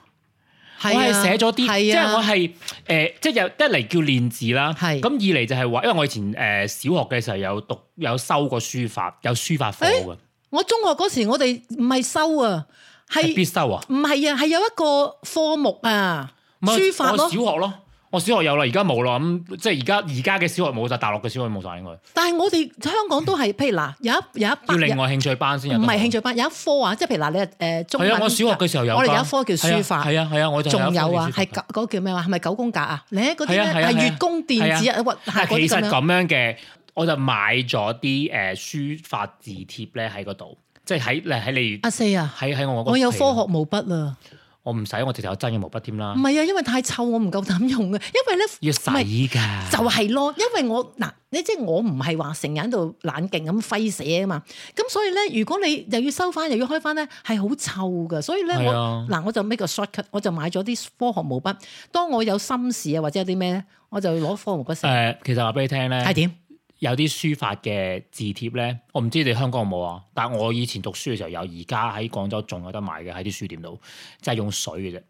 Speaker 2: 我
Speaker 3: 係
Speaker 2: 係
Speaker 3: 啊
Speaker 2: 寫咗啲，即
Speaker 3: 係啊
Speaker 2: 係我係誒，即係有一嚟叫練字啦，
Speaker 3: 係
Speaker 2: 咁二嚟就係話，因為我以前誒小學嘅時候有讀有修過書法，有書法課嘅，
Speaker 3: 我中學嗰時我哋唔係收啊，
Speaker 2: 係必
Speaker 3: 係
Speaker 2: 修啊。
Speaker 3: 唔係啊？係有一個科目啊，
Speaker 2: 唔係
Speaker 3: 書法
Speaker 2: 我小。
Speaker 3: 咯
Speaker 2: 學咯，我小學有啦，而家冇啦，咁即係而家而家嘅小學冇晒，大陸嘅小學冇晒應該。
Speaker 3: 但係我哋香港都係，譬如嗱，有一有一
Speaker 2: 要
Speaker 3: 班
Speaker 2: 另
Speaker 3: 有
Speaker 2: 外興趣班先有
Speaker 3: 唔
Speaker 2: 得
Speaker 3: 係
Speaker 2: 學
Speaker 3: 興趣班，有一科啊，即係譬如嗱，你誒、呃、中文
Speaker 2: 啊係啊，我小學嘅時候有㗎。
Speaker 3: 我哋有一科叫書法
Speaker 2: 係啊係啊，我就
Speaker 3: 仲有啊，
Speaker 2: 係
Speaker 3: 係九嗰個叫咩話？係咪九宮格啊？你嗰啲
Speaker 2: 係
Speaker 3: 咧
Speaker 2: 啊係啊
Speaker 3: 係
Speaker 2: 係啊
Speaker 3: 月宮電子啊，屈
Speaker 2: 但
Speaker 3: 係嗰啲
Speaker 2: 其實
Speaker 3: 咁樣。
Speaker 2: 咁樣嘅，我就買咗啲誒書法字貼咧喺嗰度，即係喺你喺你
Speaker 3: 阿四啊，
Speaker 2: 喺喺我嗰個
Speaker 3: 我有
Speaker 2: 皮
Speaker 3: 科
Speaker 2: 度
Speaker 3: 學毛筆啊，
Speaker 2: 我唔使，我直頭有真嘅毛筆添啦
Speaker 3: 唔，係啊，因為太臭，我唔夠膽用啊，因為咧
Speaker 2: 要
Speaker 3: 唔係
Speaker 2: 洗㗎。
Speaker 3: 就係咯，因為我嗱，你即係我唔係話成日喺度冷勁咁揮寫啊嘛，咁所以咧，如果你又要收翻又要開翻咧，係好臭噶，所以咧
Speaker 2: 係
Speaker 3: 我
Speaker 2: 啊
Speaker 3: 嗱我就 make 個 shortcut，我就買咗啲科學毛筆。當我有心事啊或者有啲咩咧，我就攞科學毛筆
Speaker 2: 誒、
Speaker 3: 寫。
Speaker 2: 其實話俾你聽咧，
Speaker 3: 係點？
Speaker 2: 有啲書法嘅字貼咧，我唔知你香港有冇啊？但係我以前讀書嘅時候有，而家喺廣州仲有得賣嘅，喺啲書店度，就係用水嘅啫。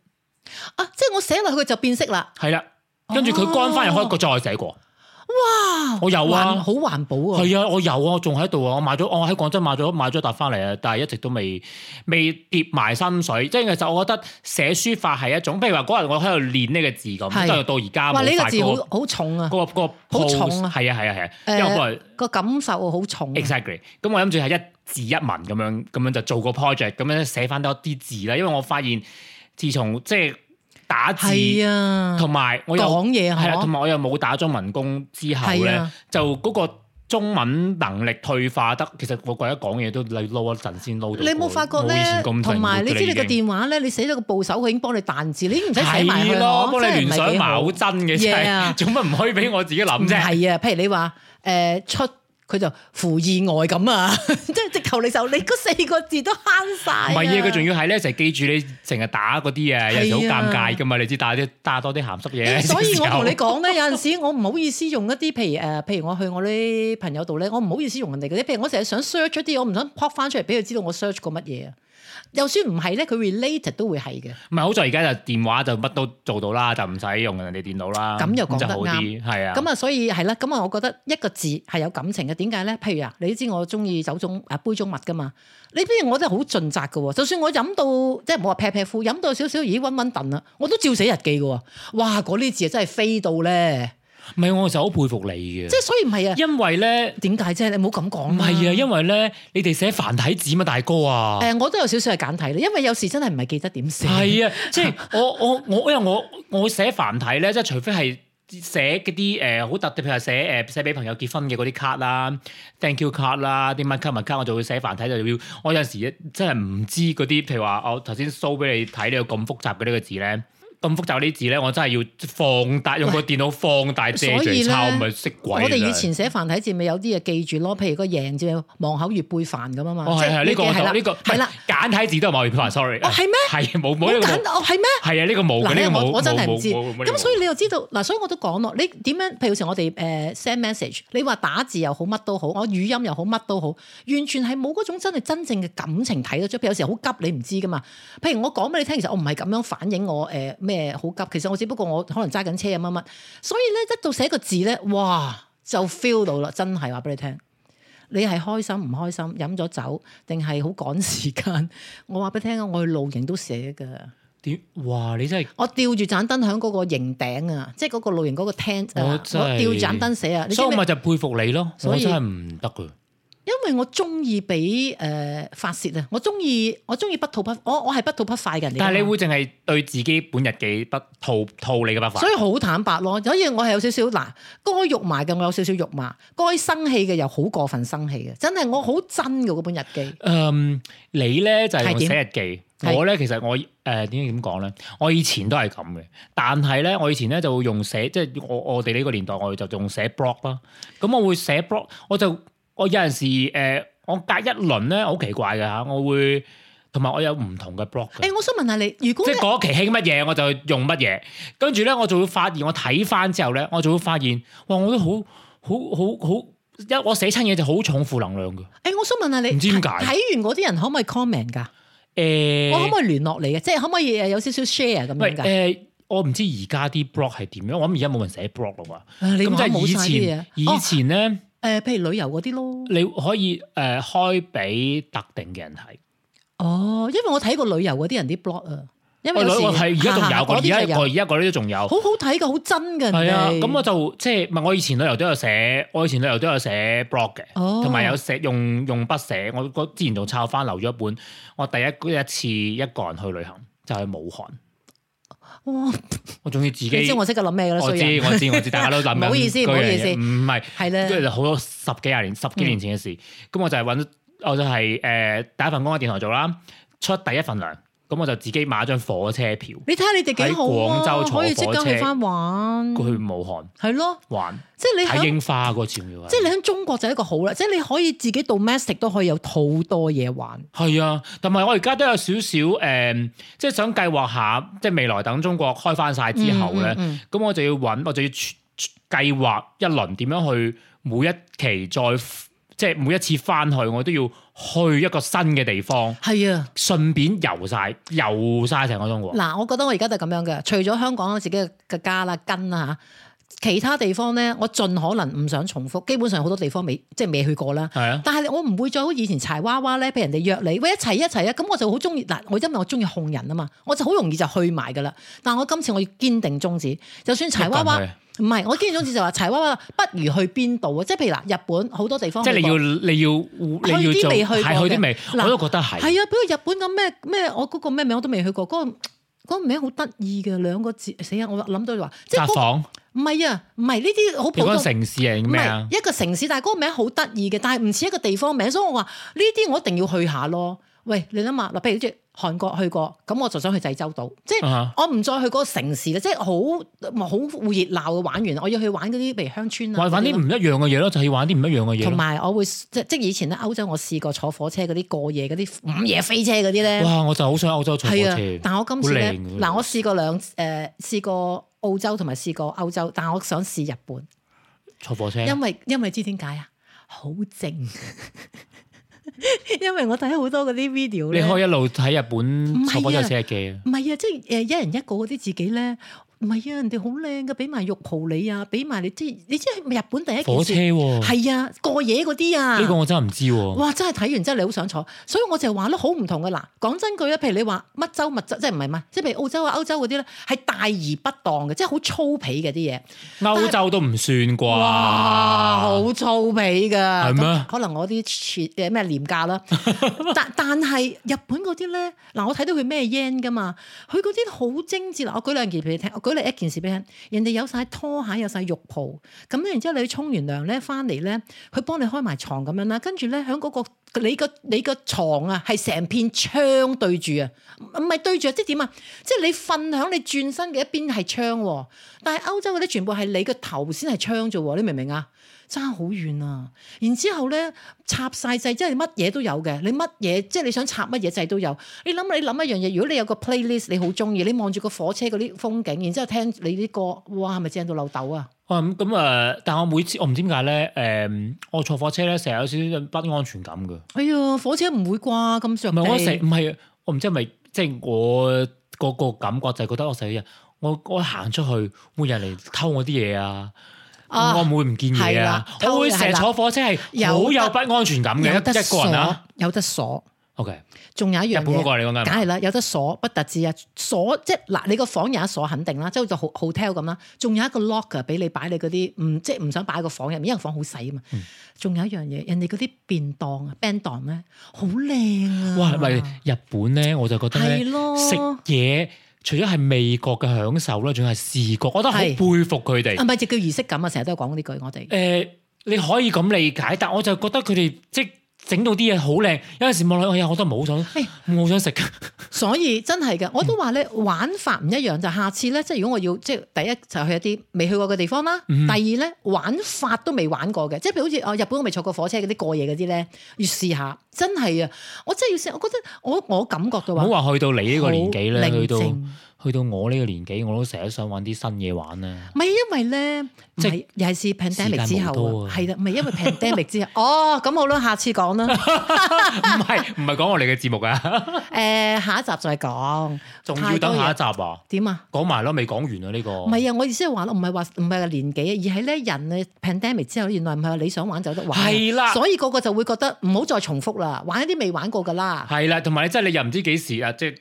Speaker 3: 啊，即係我寫落去佢就變色啦。
Speaker 2: 係啦，跟住佢乾翻又可以
Speaker 3: 哦
Speaker 2: 再寫過。
Speaker 3: 哇！
Speaker 2: 我有啊
Speaker 3: 環好環保啊。
Speaker 2: 係啊，我有啊，我仲喺度啊，我買咗，我喺廣州買咗買咗一沓翻嚟啊，但係一直都未未跌埋心水。即係其實我覺得寫書法係一種，譬如話嗰日我喺度練呢個字咁，
Speaker 3: 係
Speaker 2: 跟住到而家
Speaker 3: 哇！你
Speaker 2: 啊冇
Speaker 3: 呢
Speaker 2: 發
Speaker 3: 個字
Speaker 2: 嗰
Speaker 3: 好
Speaker 2: 個
Speaker 3: 好重啊，
Speaker 2: 嗰個嗰個
Speaker 3: 好
Speaker 2: pose
Speaker 3: 重啊
Speaker 2: 係啊係啊係啊，因為
Speaker 3: 誒
Speaker 2: 我個人
Speaker 3: 個感受好重啊。
Speaker 2: exactly，咁我諗住係一字一文咁樣咁樣就做個 project，咁樣寫翻多啲字啦。因為我發現自從即係打字
Speaker 3: 係啊，
Speaker 2: 同埋我又
Speaker 3: 講嘢啊
Speaker 2: 係啦，
Speaker 3: 嗬
Speaker 2: 同埋我又冇打中文工之後
Speaker 3: 係
Speaker 2: 咧
Speaker 3: 啊，
Speaker 2: 就嗰個中文能力退化得，其實我覺得講嘢都你撈一陣先撈到。
Speaker 3: 你有冇發覺
Speaker 2: 冇以
Speaker 3: 咧
Speaker 2: 前咁？靈活
Speaker 3: 同埋你
Speaker 2: 㗎啦
Speaker 3: 知你個
Speaker 2: 已經
Speaker 3: 電話咧，你寫咗個部首，佢已經幫你彈字，你已經唔使寫埋佢
Speaker 2: 係咯，幫你聯想埋好
Speaker 3: 唔
Speaker 2: 真嘅真係，
Speaker 3: Yeah
Speaker 2: 做乜唔可以俾我自己諗啫？
Speaker 3: 係啊，譬如你話誒出，佢就符意外咁啊， 即係直頭你就你嗰四個字都慳晒啊。
Speaker 2: 唔係啊，佢仲要係咧，就係記住你成日打嗰啲啊，有時好
Speaker 3: 係啊
Speaker 2: 尷尬噶嘛，你知打啲打多啲鹹濕嘢。
Speaker 3: 誒所以我同你
Speaker 2: 有時候
Speaker 3: 講咧，有陣時我唔好意思用一啲，譬如誒，譬如我去我啲朋友度咧，我唔好意思用人哋嗰啲，譬如我成日想 search 一啲，我唔想 pop 翻出嚟俾佢知道我 search 過乜嘢啊。就算唔係咧，佢 related 都會係嘅。
Speaker 2: 唔係好在而家就電話就乜都做到啦，就唔使用人哋電腦啦，
Speaker 3: 咁又講
Speaker 2: 就
Speaker 3: 得
Speaker 2: 好啲，係啊。
Speaker 3: 咁啊，所以係啦，咁啊，我覺得一個字係有感情嘅。點解咧？譬如啊，你都知我中意酒中啊杯中物噶嘛。你不如我真係好盡責嘅喎。就算我飲到即係唔好話劈劈褲，飲到少少咦揾揾燉啦，啊我都照寫日記嘅喎。哇！嗰啲字啊真係飛到咧，
Speaker 2: 唔係，我就好佩服你嘅
Speaker 3: 即，係所以唔係啊。
Speaker 2: 因為咧
Speaker 3: 點解啫？你唔好咁講。
Speaker 2: 唔係啊，。因為咧你哋寫繁體字嘛，大哥啊
Speaker 3: 誒、，我都有少少係簡體咧，因為有時真係唔係記得點寫。
Speaker 2: 係 啊，即係我我我因為我我寫繁體咧，即係除非係。寫嗰啲誒好特別，譬如話寫誒、呃、寫俾朋友結婚嘅嗰啲卡啦、thank you 卡啦、啲乜卡乜卡，我就會寫繁體，就要我有陣時真係唔知嗰啲，譬如話我頭先 show 俾你睇呢個咁複雜嘅呢個字咧，咁複雜呢啲字咧，我真係要放大用個電腦放大遮住
Speaker 3: 所以
Speaker 2: 嚟
Speaker 3: 呢
Speaker 2: 抄，咪識鬼啊
Speaker 3: 我哋
Speaker 2: 真
Speaker 3: 以
Speaker 2: 係
Speaker 3: 前寫繁體字咪有啲嘢記住咯，譬如個贏字望口月背凡咁啊嘛。
Speaker 2: 哦係係呢個我
Speaker 3: 係
Speaker 2: 就
Speaker 3: 啦，
Speaker 2: 呢個
Speaker 3: 係啦。
Speaker 2: 簡體字都係貿易票啊，sorry。
Speaker 3: 哦係咩
Speaker 2: 係冇
Speaker 3: 好
Speaker 2: 冇呢個
Speaker 3: 簡
Speaker 2: 冇，
Speaker 3: 哦係咩？
Speaker 2: 係啊呢個冇嘅
Speaker 3: 嗱，
Speaker 2: 呢
Speaker 3: 呢
Speaker 2: 個
Speaker 3: 個
Speaker 2: 冇，
Speaker 3: 我我真係
Speaker 2: 冇
Speaker 3: 唔知。
Speaker 2: 冇冇呢個
Speaker 3: 咁所以你又知道嗱，所以我都講咯，你點樣？譬如好似我哋誒 send message，你話打字又好，乜都好，我語音又好，乜都好，完全係冇嗰種真係真正嘅感情睇得出。譬如有時好急，你唔知噶嘛。譬如我講俾你聽，其實我唔係咁樣反映我誒咩好急，其實我只不過我可能揸緊車啊乜乜。所以咧，一到寫個字咧，哇就 feel 到啦，真係話俾你聽。你係開心唔開心？飲咗酒定係好趕時間？ 我話俾你聽啊，我去露營都寫㗎。
Speaker 2: 點哇你真係
Speaker 3: 我吊住盞燈喺嗰個營頂啊，即係嗰個露營嗰個 tent 啊，
Speaker 2: 我
Speaker 3: 我
Speaker 2: 真係
Speaker 3: 吊盞燈寫啊，你知
Speaker 2: 所以
Speaker 3: 唔
Speaker 2: 我
Speaker 3: 知
Speaker 2: 咪就佩服你咯，
Speaker 3: 所
Speaker 2: 我
Speaker 3: 以
Speaker 2: 真係唔得噶。
Speaker 3: 因為我中意俾誒發泄啊，我中意我中意不吐不，我我係不吐不快嘅人嚟㗎嘛。
Speaker 2: 但係你會淨係對自己本日記不套套你嘅筆法
Speaker 3: 所，以好坦白咯，所以我係有少少嗱，該肉麻嘅我有少少肉麻，該生氣嘅又好過分生氣嘅，真係我好真嘅嗰本日記。
Speaker 2: 嗯，你咧就係用
Speaker 3: 係點
Speaker 2: 寫日記，
Speaker 3: 係
Speaker 2: 我咧其實我誒點解咁講咧？我以前都係咁嘅，但係咧我以前咧就會用寫，即係我我哋呢個年代我就用寫 blog 啦。咁我會寫 blog，我就我有陣時誒、呃我隔一輪咧好奇怪嘅嚇，我會同埋我有唔同嘅 blog 嘅
Speaker 3: 誒、。我想問下你，如果
Speaker 2: 即
Speaker 3: 咧
Speaker 2: 係嗰期興乜嘢，我就用乜嘢。跟住咧，我就會發現，我睇翻之後咧，我就會發現，哇！我都好好好好，一我寫親嘢就好重負能量嘅。
Speaker 3: 誒、我想問下你，
Speaker 2: 唔知點解
Speaker 3: 睇睇完嗰啲人可唔可以 comment 㗎？
Speaker 2: 誒、
Speaker 3: 我可唔可以聯絡你嘅？即係可唔可以誒有少少 share 咁
Speaker 2: 喂
Speaker 3: 樣㗎？
Speaker 2: 誒、我唔知而家啲 blog 係點樣，我諗而家冇人寫 blog 啦
Speaker 3: 啊
Speaker 2: 啩。
Speaker 3: 你
Speaker 2: 咁
Speaker 3: 話冇
Speaker 2: 即
Speaker 3: 晒
Speaker 2: 係以
Speaker 3: 啲
Speaker 2: 前
Speaker 3: 嘢，哦
Speaker 2: 以前咧，
Speaker 3: 誒、呃譬如旅遊嗰啲咯。
Speaker 2: 你可以誒、開俾特定嘅人睇。
Speaker 3: 哦，因為我睇過旅遊嗰啲人啲 blog 啊，因為
Speaker 2: 我
Speaker 3: 有時
Speaker 2: 我哦係而家 仲有，我而
Speaker 3: 嗰啲就
Speaker 2: 家我
Speaker 3: 有
Speaker 2: 而家嗰啲都仲有。
Speaker 3: 好好睇嘅，好真嘅。
Speaker 2: 係啊，
Speaker 3: 人哋
Speaker 2: 咁我就即係唔係我以前旅遊都有寫，我以前旅遊都有寫 blog 嘅，
Speaker 3: 哦
Speaker 2: 同埋、有寫用用筆寫。我嗰之前仲抄翻留咗一本，我第一一次一個人去旅行就去武漢，
Speaker 3: 哇！
Speaker 2: 我仲要自己。
Speaker 3: 你知我識嘅諗咩㗎啦，
Speaker 2: 我
Speaker 3: 衰
Speaker 2: 知
Speaker 3: 人
Speaker 2: 我知我知，大家都諗緊
Speaker 3: 唔好意思唔好意思
Speaker 2: 嗰樣嘢唔係
Speaker 3: 係咧
Speaker 2: 跟住就好多十幾廿年、十幾年前嘅事。咁、我就係揾，我就係、呃第一份工喺電台做啦，出第一份糧，咁我就自己買張火車票
Speaker 3: 你睇下你哋幾好
Speaker 2: 喺廣
Speaker 3: 啊，
Speaker 2: 州坐
Speaker 3: 可以即刻去翻玩，
Speaker 2: 過去武漢
Speaker 3: 係咯，
Speaker 2: 玩
Speaker 3: 即嗯係你
Speaker 2: 睇
Speaker 3: 喺
Speaker 2: 櫻花嗰個潮要啊
Speaker 3: 即！係你喺中國就係一個好啦，即係你可以自己 domestic 都可以有好多嘢玩，
Speaker 2: 係啊，同埋我而家都有少少誒，呃即係想計劃下，即係未來等中國開翻晒之後咧，咁、
Speaker 3: 嗯
Speaker 2: 我就要揾，我就要計劃一輪點樣去每一期再，即係每一次翻去，我都要去一個新嘅地方，
Speaker 3: 係啊。
Speaker 2: 順便遊晒遊晒成個中國。
Speaker 3: 嗱，我覺得我而家就係咁樣嘅，除咗香港自己嘅家啦、根啦嚇，其他地方咧，我盡可能唔想重複。基本上好多地方未即係未去過啦。
Speaker 2: 係啊，
Speaker 3: 但係我唔會再好以前柴娃娃咧，俾人哋約你，喂一齊一齊啊！咁我就好中意嗱，我因為我中意控人啊嘛，我就好容易就去埋噶啦。但我今次我要堅定宗旨，就算柴娃娃
Speaker 2: 一陣
Speaker 3: 唔係，我堅定宗旨就話柴娃娃不如去邊度啊？即係譬如嗱，日本好多地方
Speaker 2: 即係
Speaker 3: 去
Speaker 2: 你
Speaker 3: 過
Speaker 2: 要你要你要
Speaker 3: 去啲
Speaker 2: 做
Speaker 3: 未去過
Speaker 2: 係去
Speaker 3: 嘅
Speaker 2: 啲未，
Speaker 3: 嗱
Speaker 2: 我都覺得係。
Speaker 3: 係啊，比如日本咁咩咩，我嗰個咩名我都未去過，嗰、個嗰個名好得意嘅兩個字，死啊！我諗到就話，即係
Speaker 2: 札
Speaker 3: 嗰
Speaker 2: 幌，
Speaker 3: 唔係啊，唔係呢啲好普
Speaker 2: 你嗰
Speaker 3: 通
Speaker 2: 個，城市係
Speaker 3: 唔
Speaker 2: 咩啊
Speaker 3: 係？一個城市，但係嗰個名好得意嘅，但係唔似一個地方名，所以我話呢啲我一定要去下咯。喂，你諗下嗱，譬如好似韓國去過，咁我就想去濟州島，即係。
Speaker 2: 啊
Speaker 3: 我唔再去嗰個城市啦，即係好好熱鬧嘅玩完，我要去玩嗰啲譬如鄉村啊，
Speaker 2: 玩玩啲唔一樣嘅嘢咯，就係要玩啲唔一樣嘅嘢
Speaker 3: 同
Speaker 2: 咯。
Speaker 3: 埋我會即即以前咧歐洲，我試過坐火車嗰啲過夜嗰啲午夜飛車嗰啲咧，
Speaker 2: 哇！我就好想歐洲坐火
Speaker 3: 係
Speaker 2: 車。
Speaker 3: 啊！但我今次咧
Speaker 2: 好靚㗎
Speaker 3: 嗱，我試過兩誒、呃、試過澳洲同埋試過歐洲，但我想試日本，
Speaker 2: 坐火車，
Speaker 3: 因為因為知點解啊？好靜， 因為我睇好多嗰啲 video
Speaker 2: 你
Speaker 3: 咧，
Speaker 2: 可以一路睇日本
Speaker 3: 唔係啊
Speaker 2: 坐火車寫日記啊。
Speaker 3: 唔係啊，即係誒一人一個嗰啲自己咧，唔係啊，人哋好靚嘅，俾埋浴袍你啊，俾埋你即係你知日本第一
Speaker 2: 火
Speaker 3: 件
Speaker 2: 車
Speaker 3: 事
Speaker 2: 喎，
Speaker 3: 係啊過夜嗰啲啊，
Speaker 2: 呢個我真係唔知喎。
Speaker 3: 哇！真係睇完之後你好想坐，所以我就話咧好唔同嘅嗱。講真句咧，啊譬如你話乜州乜州，即係唔係乜，即係譬如澳洲啊、歐洲嗰啲咧，係大而不當嘅，即係好粗鄙嘅啲嘢。
Speaker 2: 歐洲都唔算啩。
Speaker 3: 哇！好粗鄙㗎，係
Speaker 2: 咩
Speaker 3: 可能我啲切誒咩廉價啦，但但係日本嗰啲咧，嗱我睇到佢咩 yen 㗎嘛，佢嗰啲好精緻嗱。我舉兩件俾你聽，我舉例一件事俾你聽，人哋有晒拖鞋，有晒浴袍，咁咧然之後你去沖完涼咧翻嚟咧，佢幫你開埋床咁樣啦，跟住咧喺嗰個你個你個牀啊係成片窗對住啊，唔係對住啊，即係點啊？即係你瞓響你轉身嘅一邊係窗喎。但係歐洲嗰啲全部係你個頭先係窗啫喎，你明唔明啊？爭好遠啊！然之後咧插晒掣，即係乜嘢都有嘅。你乜嘢即係你想插乜嘢掣都有。你諗你諗一樣嘢，如果你有個 playlist 你好中意，你望住個火車嗰啲風景，然之後聽你啲歌，哇，係咪正到漏豆啊？
Speaker 2: 哇咁咁誒，但我每次我唔知點解咧誒，我坐火車咧成日有少少不安全感㗎。唔
Speaker 3: 哎呀，火車唔會啩咁着地。
Speaker 2: 係我成唔係我唔知係咪即係我個個感覺就係覺得我成日我我行出去會有人嚟偷我啲嘢啊！
Speaker 3: 啊
Speaker 2: 我唔會唔見嘢
Speaker 3: 係
Speaker 2: 啊
Speaker 3: 啦！
Speaker 2: 我
Speaker 3: 偷
Speaker 2: 會
Speaker 3: 嘢係
Speaker 2: 成日
Speaker 3: 啦
Speaker 2: 坐火車係好有
Speaker 3: 有
Speaker 2: 不安全感嘅
Speaker 3: 有
Speaker 2: 一
Speaker 3: 得
Speaker 2: 一個人
Speaker 3: 鎖
Speaker 2: 啊。，
Speaker 3: 有得鎖，
Speaker 2: OK，
Speaker 3: 仲有一
Speaker 2: 日
Speaker 3: 樣
Speaker 2: 本嗰
Speaker 3: 嘢。
Speaker 2: 個啊你講緊係
Speaker 3: 梗
Speaker 2: 咪
Speaker 3: 係啦，有得鎖不特止啊，鎖即係嗱，你個房有一鎖肯定啦，即係好似好 hotel 咁啦，仲有一個 locker 俾你擺你嗰啲唔即係唔想擺喺個房入面，因為房好細啊嘛。仲、有一樣嘢，人哋嗰啲便當啊 b a n d 咧好靚啊！
Speaker 2: 哇！咪日本咧，我就覺得咧
Speaker 3: 係咯
Speaker 2: 食嘢除咗係味覺嘅享受啦，仲係視覺，我覺得好佩
Speaker 3: 係
Speaker 2: 服佢哋
Speaker 3: 啊，。咪就叫儀式感啊，成日都係講呢句我哋。
Speaker 2: 誒，你可以咁理解，但我就覺得佢哋即係整到啲嘢好靚，有陣時望落去，哎呀，我都唔係好
Speaker 3: 哎
Speaker 2: 想，唔好想食。
Speaker 3: 所以真係嘅，我
Speaker 2: 嗯
Speaker 3: 都話咧玩法唔一樣，就下次咧，即係如果我要即係第一就去一啲未去過嘅地方啦，
Speaker 2: 嗯
Speaker 3: 第二咧玩法都未玩過嘅，即係譬如好似哦日本我未坐過火車嗰啲過夜嗰啲咧，要試下，真係啊！我真係要試，我覺得我我感覺到
Speaker 2: 唔好
Speaker 3: 話
Speaker 2: 話去到你呢個年紀咧，
Speaker 3: 好
Speaker 2: 去到
Speaker 3: 寧靜
Speaker 2: 去到我呢個年紀，我都成日想揾啲新嘢玩啊！
Speaker 3: 唔係因為咧，唔
Speaker 2: 即係
Speaker 3: 係又係試
Speaker 2: 時間
Speaker 3: pandemic 之
Speaker 2: 冇多
Speaker 3: 後
Speaker 2: 啊
Speaker 3: 啊，係啦，唔係 因為 pandemic 之後，哦咁好啦，下次講啦，
Speaker 2: 唔係唔係講我哋嘅節目啊，
Speaker 3: 誒下一集再講，
Speaker 2: 仲要等下一集啊！
Speaker 3: 點啊？
Speaker 2: 講埋咯，未講完啊呢個。
Speaker 3: 唔係啊，我意思係話咯，唔係話唔係話年紀啊，而係咧人咧 pandemic 之後，原來唔係話你想玩就有得玩啊，
Speaker 2: 係啦
Speaker 3: 所以個個就會覺得唔好再重複啦，玩一啲未玩過噶啦。
Speaker 2: 係啦，同埋你真係你又唔知幾時啊，即係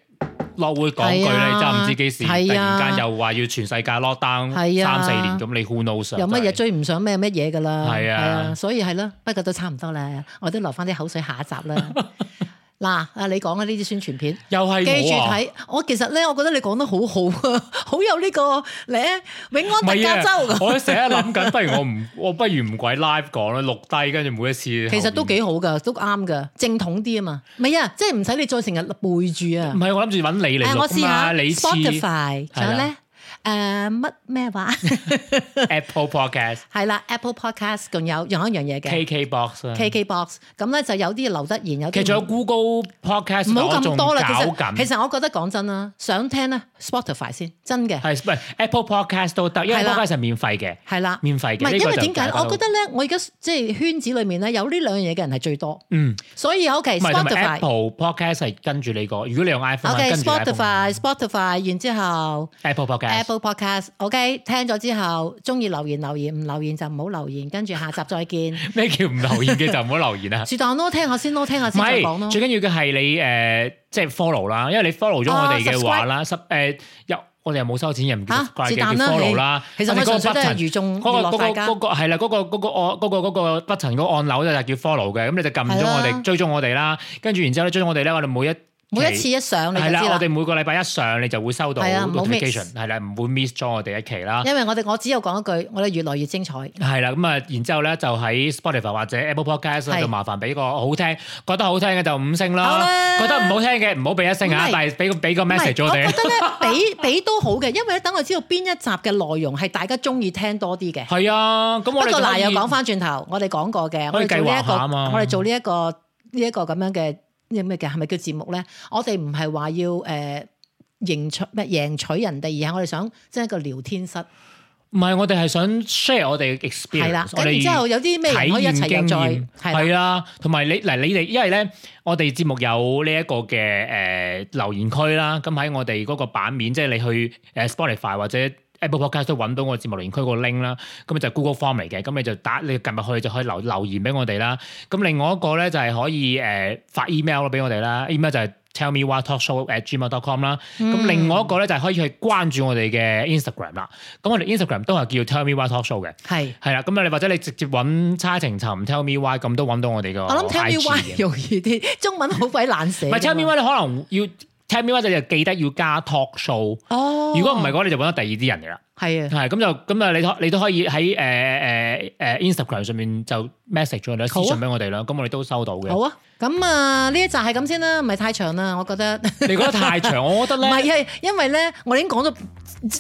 Speaker 2: 落會講句
Speaker 3: 係啊
Speaker 2: 你真係唔知幾時，突
Speaker 3: 係啊
Speaker 2: 然間又話要全世界 lock down
Speaker 3: 係啊
Speaker 2: 三四年，咁你 who knows 啊
Speaker 3: 有乜嘢？
Speaker 2: 真係
Speaker 3: 追唔上咩乜嘢噶啦，
Speaker 2: 係啊
Speaker 3: 所以係啦，不過都差唔多啦，我都留翻啲口水下一集啦。嗱，啊你講嘅呢啲宣傳片。
Speaker 2: 又係
Speaker 3: 記住
Speaker 2: 我啊！
Speaker 3: 睇，我其實咧，我覺得你講得好好啊， 好有呢、個咧永安
Speaker 2: 唔
Speaker 3: 特
Speaker 2: 係
Speaker 3: 加
Speaker 2: 啊
Speaker 3: 州！咁。
Speaker 2: 我成日諗緊，不如我唔， 我不如唔鬼 live 講啦，錄低跟住每一次。
Speaker 3: 其實都幾好噶，都啱噶，正統啲啊嘛。唔係啊，即係唔使你再成日背住啊
Speaker 2: 唔。係，我諗住揾你嚟
Speaker 3: 誒，我
Speaker 2: 錄
Speaker 3: 試
Speaker 2: 啊嘛，
Speaker 3: 下
Speaker 2: 你似
Speaker 3: Spotify，仲有
Speaker 2: 係
Speaker 3: 咧誒乜咩話？
Speaker 2: Apple Podcast、
Speaker 3: 係啦，Apple Podcast，仲有仲有一樣嘢嘅
Speaker 2: KK Box 啊，
Speaker 3: KKBox。咁咧就有啲留得言，有
Speaker 2: 其
Speaker 3: 啲
Speaker 2: 實仲有
Speaker 3: 唔
Speaker 2: Google Podcast，
Speaker 3: 唔好咁多啦。其
Speaker 2: 我仲搞
Speaker 3: 實
Speaker 2: 緊
Speaker 3: 其實我覺得講真啦，想聽咧 Spotify 先，真嘅。
Speaker 2: 係唔係 Apple Podcast 都得，因為
Speaker 3: 係啦
Speaker 2: Podcast 係免費嘅。
Speaker 3: 係啦，
Speaker 2: 免費嘅
Speaker 3: 唔係
Speaker 2: 呢
Speaker 3: 因
Speaker 2: 個
Speaker 3: 為
Speaker 2: 就
Speaker 3: 點解
Speaker 2: 大
Speaker 3: 咧？
Speaker 2: 家
Speaker 3: 我
Speaker 2: 都
Speaker 3: 覺得咧，我而家即係圈子裡面咧，有呢兩樣嘢嘅人係最多，
Speaker 2: 嗯，
Speaker 3: 所以 OK
Speaker 2: 唔係同埋 Apple
Speaker 3: Spotify。
Speaker 2: Podcast 係跟住你個，如果你用 iPhone 係
Speaker 3: OK
Speaker 2: 跟住 iPhone
Speaker 3: Spotify Spotify，然之後
Speaker 2: Apple Podcast。
Speaker 3: Apple Podcast，OK 聽咗之後，中意留言留言，唔留言就唔好留言，跟住下集再見。
Speaker 2: 咩叫唔留言嘅就唔好留言啦。
Speaker 3: 是但咯，聽下先咯，聽下
Speaker 2: 啊唔
Speaker 3: 先再講
Speaker 2: 係，
Speaker 3: 咯。
Speaker 2: 最緊要嘅係你誒，即係 follow 啦，因為你 follow 咗我哋嘅話啦，十誒有我哋又冇收錢，又唔叫
Speaker 3: 嚇
Speaker 2: subscribe
Speaker 3: 是
Speaker 2: 嘅
Speaker 3: 但
Speaker 2: 叫
Speaker 3: 啦
Speaker 2: follow 啦。
Speaker 3: 其實我
Speaker 2: 哋
Speaker 3: 哋
Speaker 2: 嗰個
Speaker 3: 純粹都
Speaker 2: button
Speaker 3: 係娛
Speaker 2: 嗰
Speaker 3: 眾娛
Speaker 2: 個
Speaker 3: 樂
Speaker 2: 嗰
Speaker 3: 大
Speaker 2: 個
Speaker 3: 家
Speaker 2: 嗰。個係啦，嗰個嗰個按嗰個嗰個 button 嗰個按鈕就係叫 follow 嘅，咁你就撳咗我
Speaker 3: 係
Speaker 2: 哋
Speaker 3: 啦
Speaker 2: 追蹤我哋啦，跟住然之後咧追蹤我哋咧，我哋每一
Speaker 3: 每一次一上你就
Speaker 2: 係
Speaker 3: 知
Speaker 2: 啦，我
Speaker 3: 啦
Speaker 2: 哋。每個禮拜一上你就會收到
Speaker 3: 係啊唔好
Speaker 2: notification，係啦，唔會 miss 咗我哋一期啦。
Speaker 3: 因為我哋我只有講一句，我哋越來越精彩。
Speaker 2: 係啦，咁啊，然之後咧就喺 Spotify 或者 Apple Podcast 咧
Speaker 3: 係
Speaker 2: 就麻煩俾個好聽，覺得好聽嘅就五星
Speaker 3: 好
Speaker 2: 啦，
Speaker 3: 啦
Speaker 2: 覺得唔好聽嘅唔好俾一星啊，
Speaker 3: 唔係
Speaker 2: 但係俾個俾個
Speaker 3: 唔係
Speaker 2: message 我哋
Speaker 3: 覺。得咧， 俾俾都好嘅，因為咧等我知道邊一集嘅內容係大家中意聽多啲嘅。
Speaker 2: 係啊，咁
Speaker 3: 不
Speaker 2: 我哋
Speaker 3: 過嗱，又
Speaker 2: 就可以
Speaker 3: 講翻轉頭，我哋講過嘅，
Speaker 2: 可
Speaker 3: 我
Speaker 2: 以
Speaker 3: 哋做呢、
Speaker 2: 計劃
Speaker 3: 一
Speaker 2: 下
Speaker 3: 個，
Speaker 2: 啊嘛
Speaker 3: 我哋做呢、一個呢一、個咁樣嘅呢咩嘅係咪叫節目咧？我哋唔係話要誒。呃贏取咩贏取人哋，而係我哋想即係一個聊天室，
Speaker 2: 唔係我哋係想 share 我哋嘅
Speaker 3: 係啦
Speaker 2: experience，。我
Speaker 3: 咁然之後
Speaker 2: 哋
Speaker 3: 有啲
Speaker 2: 體
Speaker 3: 咩人可以一
Speaker 2: 驗
Speaker 3: 齊又
Speaker 2: 經驗
Speaker 3: 再係啦
Speaker 2: 係啦，同埋你嗱你哋，因為咧我哋節目有呢一個嘅誒留言區啦，咁喺我哋嗰個版面，即係你去誒 Spotify 或者。Apple Podcast 都揾到我節目留言區個 link 啦，咁就 Google Form 嚟嘅，咁你就打你撳入去就可以留留言俾我哋啦。咁另外一個咧就係可以誒、呃、發 email 咯俾我哋啦，email 就係 tell me what talk show at gmail dot com 啦。
Speaker 3: 嗯
Speaker 2: 咁、另外一個咧就係可以去關注我哋嘅 Instagram 啦。咁我哋 Instagram 都係叫 tell me what talk show 嘅，
Speaker 3: 係。
Speaker 2: 係啦。咁你啊或者你直接揾差情尋 tell me why 咁都揾到我哋個 IG 哦嘅。
Speaker 3: 我諗 Tell Me Why 啊容易啲，中文好鬼難寫
Speaker 2: 唔係
Speaker 3: 㗎嘛。
Speaker 2: tell me why 你可能要 tell me why 就記得要加 talk show。
Speaker 3: 哦，
Speaker 2: 如果唔係嘅話，你就揾到第二啲人嚟啦。
Speaker 3: 係啊，
Speaker 2: 係咁就咁啊，你可你都可以喺誒誒誒 Instagram 上面就 message 咗我哋，
Speaker 3: 好啊
Speaker 2: 私信俾我哋啦。咁我哋都收到嘅
Speaker 3: 好。啊，咁啊呢一集係咁先啦，唔係太長啦，我覺得。
Speaker 2: 你覺得太長，我覺得
Speaker 3: 唔係啊
Speaker 2: 咧，
Speaker 3: 係因為咧，我哋已經講咗，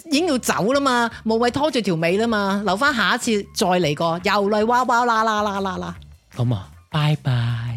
Speaker 3: 已經要走啦嘛，無謂拖住條尾啦嘛，留翻下一次再嚟過，又嚟哇哇啦啦啦啦啦。
Speaker 2: 咁啊，拜拜。